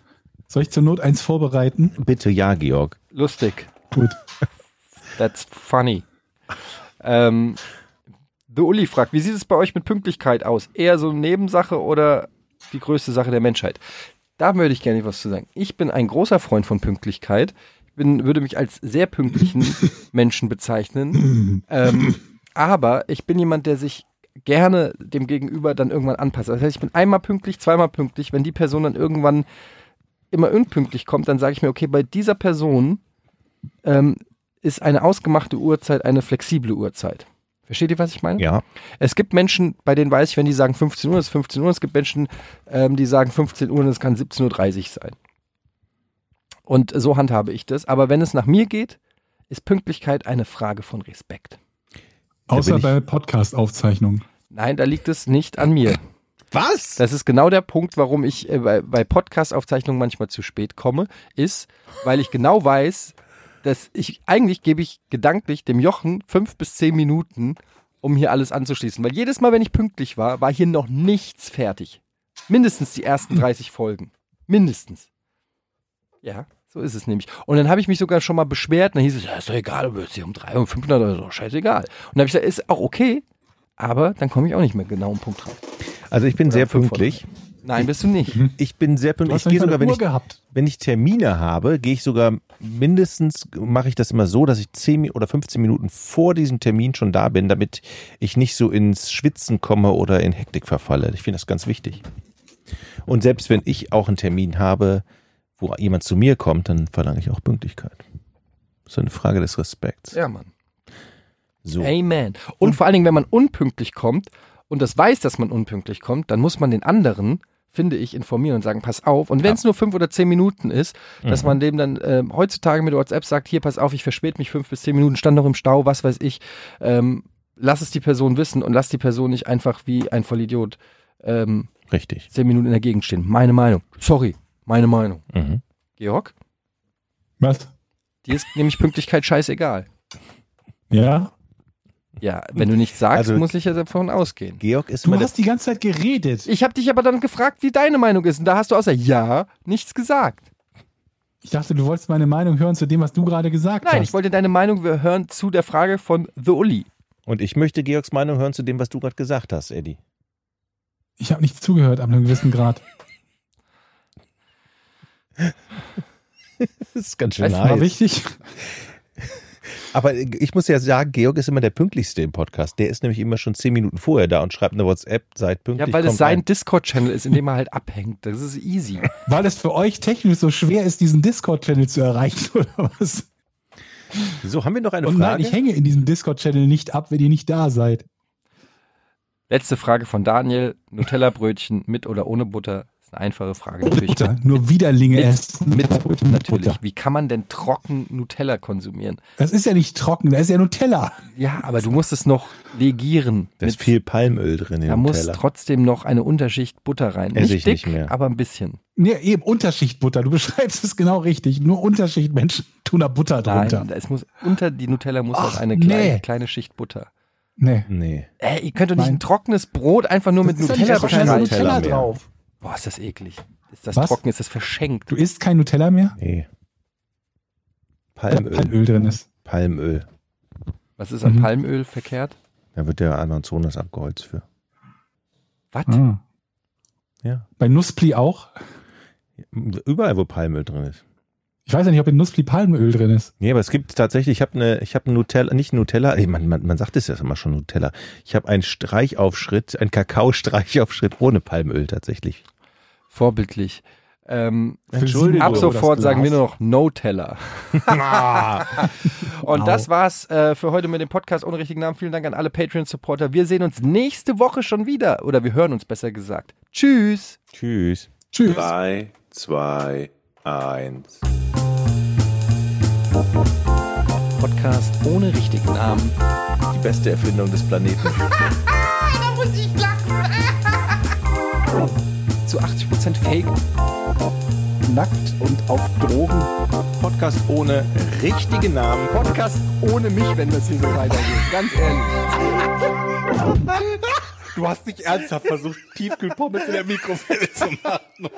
Soll ich zur Not eins vorbereiten?
Bitte ja, Georg.
Lustig.
Gut.
That's funny. Ähm, The Uli fragt, wie sieht es bei euch mit Pünktlichkeit aus? Eher so eine Nebensache oder die größte Sache der Menschheit? Da würde ich gerne was zu sagen. Ich bin ein großer Freund von Pünktlichkeit. Ich bin, würde mich als sehr pünktlichen Menschen bezeichnen. ähm, aber ich bin jemand, der sich gerne dem Gegenüber dann irgendwann anpasst. Das heißt, ich bin einmal pünktlich, zweimal pünktlich. Wenn die Person dann irgendwann immer unpünktlich kommt, dann sage ich mir, okay, bei dieser Person ähm, ist eine ausgemachte Uhrzeit eine flexible Uhrzeit. Versteht ihr, was ich meine?
Ja.
Es gibt Menschen, bei denen weiß ich, wenn die sagen 15 Uhr, ist 15 Uhr. Es gibt Menschen, ähm, die sagen 15 Uhr und es kann 17.30 Uhr sein. Und so handhabe ich das. Aber wenn es nach mir geht, ist Pünktlichkeit eine Frage von Respekt.
Außer
bin ich-
bei Podcast-Aufzeichnungen.
Nein, da liegt es nicht an mir.
Was?
Das ist genau der Punkt, warum ich äh, bei, bei Podcast-Aufzeichnungen manchmal zu spät komme, ist, weil ich genau weiß, dass ich eigentlich gebe ich gedanklich dem Jochen fünf bis zehn Minuten, um hier alles anzuschließen. Weil jedes Mal, wenn ich pünktlich war, war hier noch nichts fertig. Mindestens die ersten 30 Folgen. Mindestens. Ja, so ist es nämlich. Und dann habe ich mich sogar schon mal beschwert. Und dann hieß es, ja, ist doch egal, ob wir jetzt hier um 3 und 500 oder so, scheißegal. Und dann habe ich gesagt, ist auch okay, aber dann komme ich auch nicht mehr genau am Punkt rein.
Also ich bin sehr pünktlich.
Nein, bist du nicht.
Ich bin sehr
Du
pünktlich.
hast
Ich gehe
manchmal
sogar,
eine
wenn
Uhr
ich,
gehabt.
wenn ich Termine habe, gehe ich sogar mindestens, mache ich das immer so, dass ich 10 Mi- oder 15 Minuten vor diesem Termin schon da bin, damit ich nicht so ins Schwitzen komme oder in Hektik verfalle. Ich finde das ganz wichtig. Und selbst wenn ich auch einen Termin habe, wo jemand zu mir kommt, dann verlange ich auch Pünktlichkeit. So eine Frage des Respekts.
Ja, Mann.
So.
Amen. Und vor allen Dingen, wenn man unpünktlich kommt und das weiß, dass man unpünktlich kommt, dann muss man den anderen, finde ich, informieren und sagen, pass auf. Und wenn es nur fünf oder zehn Minuten ist, dass man dem dann ähm, heutzutage mit WhatsApp sagt, hier, pass auf, ich verspäte mich fünf bis zehn Minuten, stand noch im Stau, was weiß ich. Ähm, lass es die Person wissen und lass die Person nicht einfach wie ein Vollidiot ähm,
Richtig.
zehn Minuten in der Gegend stehen. Meine Meinung. Sorry, meine Meinung.
Mhm.
Georg,
Was?
dir ist nämlich Pünktlichkeit scheißegal.
Ja?
Ja, wenn du nichts sagst,
Also-
muss ich ja davon ausgehen.
Georg ist
Du
immer
hast die ganze Zeit geredet.
Ich habe dich aber dann gefragt, wie deine Meinung ist. Und da hast du außer Ja nichts gesagt.
Ich dachte, du wolltest meine Meinung hören zu dem, was du gerade gesagt
Nein,
hast.
Also ich wollte deine Meinung wir hören zu der Frage von The Uli.
Und ich möchte Georgs Meinung hören zu dem, was du gerade gesagt hast, Eddie.
ich habe nicht zugehört ab einem gewissen Grad.
Das ist ganz
Weißt du,
War wichtig?
Aber ich muss ja sagen, Georg ist immer der pünktlichste im Podcast. Der ist nämlich immer schon zehn Minuten vorher da und schreibt eine WhatsApp, seid pünktlich.
Ja, weil
kommt
es sein
rein.
Discord-Channel ist, in dem er halt abhängt. Das ist easy.
Weil es für euch technisch so schwer ist, diesen Discord-Channel zu erreichen, oder was?
So, haben wir noch eine
Und nein,
Frage?
ich hänge in diesem Discord-Channel nicht ab, wenn ihr nicht da seid.
Letzte Frage von Daniel. Nutella-Brötchen mit oder ohne Butter ist Einfache Frage natürlich.
Butter, nur Widerlinge essen.
Mit Butter natürlich.
Butter.
Wie kann man denn trocken Nutella konsumieren?
Das ist ja nicht trocken, da ist ja Nutella.
Ja, aber du musst es noch legieren.
Da ist viel Palmöl drin in
da
dem
muss
Teller.
trotzdem noch eine Unterschicht Butter rein.
Ess
Nicht
ich nicht
dick,
mehr.
aber ein bisschen.
Nee, eben Unterschichtbutter. Du beschreibst es genau richtig. Nur Unterschichtmenschen tun da Butter drunter.
Nein, es muss unter die Nutella muss
Ach,
noch eine
nee.
kleine, kleine Schicht Butter.
Nee.
Nee.
Äh, ihr könnt doch nicht
Nein.
ein trockenes Brot einfach nur mit
Das ist doch
Nutella
nicht- da ist doch
kein
bestreiten.
keine
Nutella
Nutella
mehr.
drauf.
Boah, ist das eklig. Ist das
Was?
trocken? Ist das verschenkt?
Du isst kein Nutella mehr?
Nee.
Da
Palmöl.
Palmöl drin ist.
Palmöl.
Was ist an
Mhm.
Palmöl verkehrt?
Da wird der Amazonas abgeholzt für.
Was?
Ah.
Ja.
Bei Nusspli auch?
Überall, wo Palmöl drin ist.
Ich weiß ja nicht, ob in Nusspli Palmöl drin ist.
Nee, aber es gibt tatsächlich, ich habe eine, ich habe Nutella, nicht Nutella, ey, man, man, man sagt es ja immer schon Nutella. Ich habe einen Streichaufschritt, einen Kakao-Streichaufschritt ohne Palmöl tatsächlich.
Vorbildlich. Ähm,
Für
Entschuldigung.
sieben
Ab
Euro
sofort
das
sagen wir
Glas.
nur noch No-Teller. Und das war's äh, für heute mit dem Podcast ohne richtigen Namen. Vielen Dank an alle Patreon-Supporter. Wir sehen uns nächste Woche schon wieder. Oder wir hören uns besser gesagt. Tschüss.
Tschüss.
Tschüss.
3, 2, 1.
Podcast ohne richtigen Namen.
Die beste Erfindung des Planeten.
Da muss ich lachen.
Zu 80% Fake.
Nackt und auf Drogen.
Podcast ohne richtigen Namen.
Podcast ohne mich, wenn das hier so weitergeht. Ganz ehrlich.
Du hast nicht ernsthaft versucht, Tiefkühlpommes in der Mikrofile zu machen.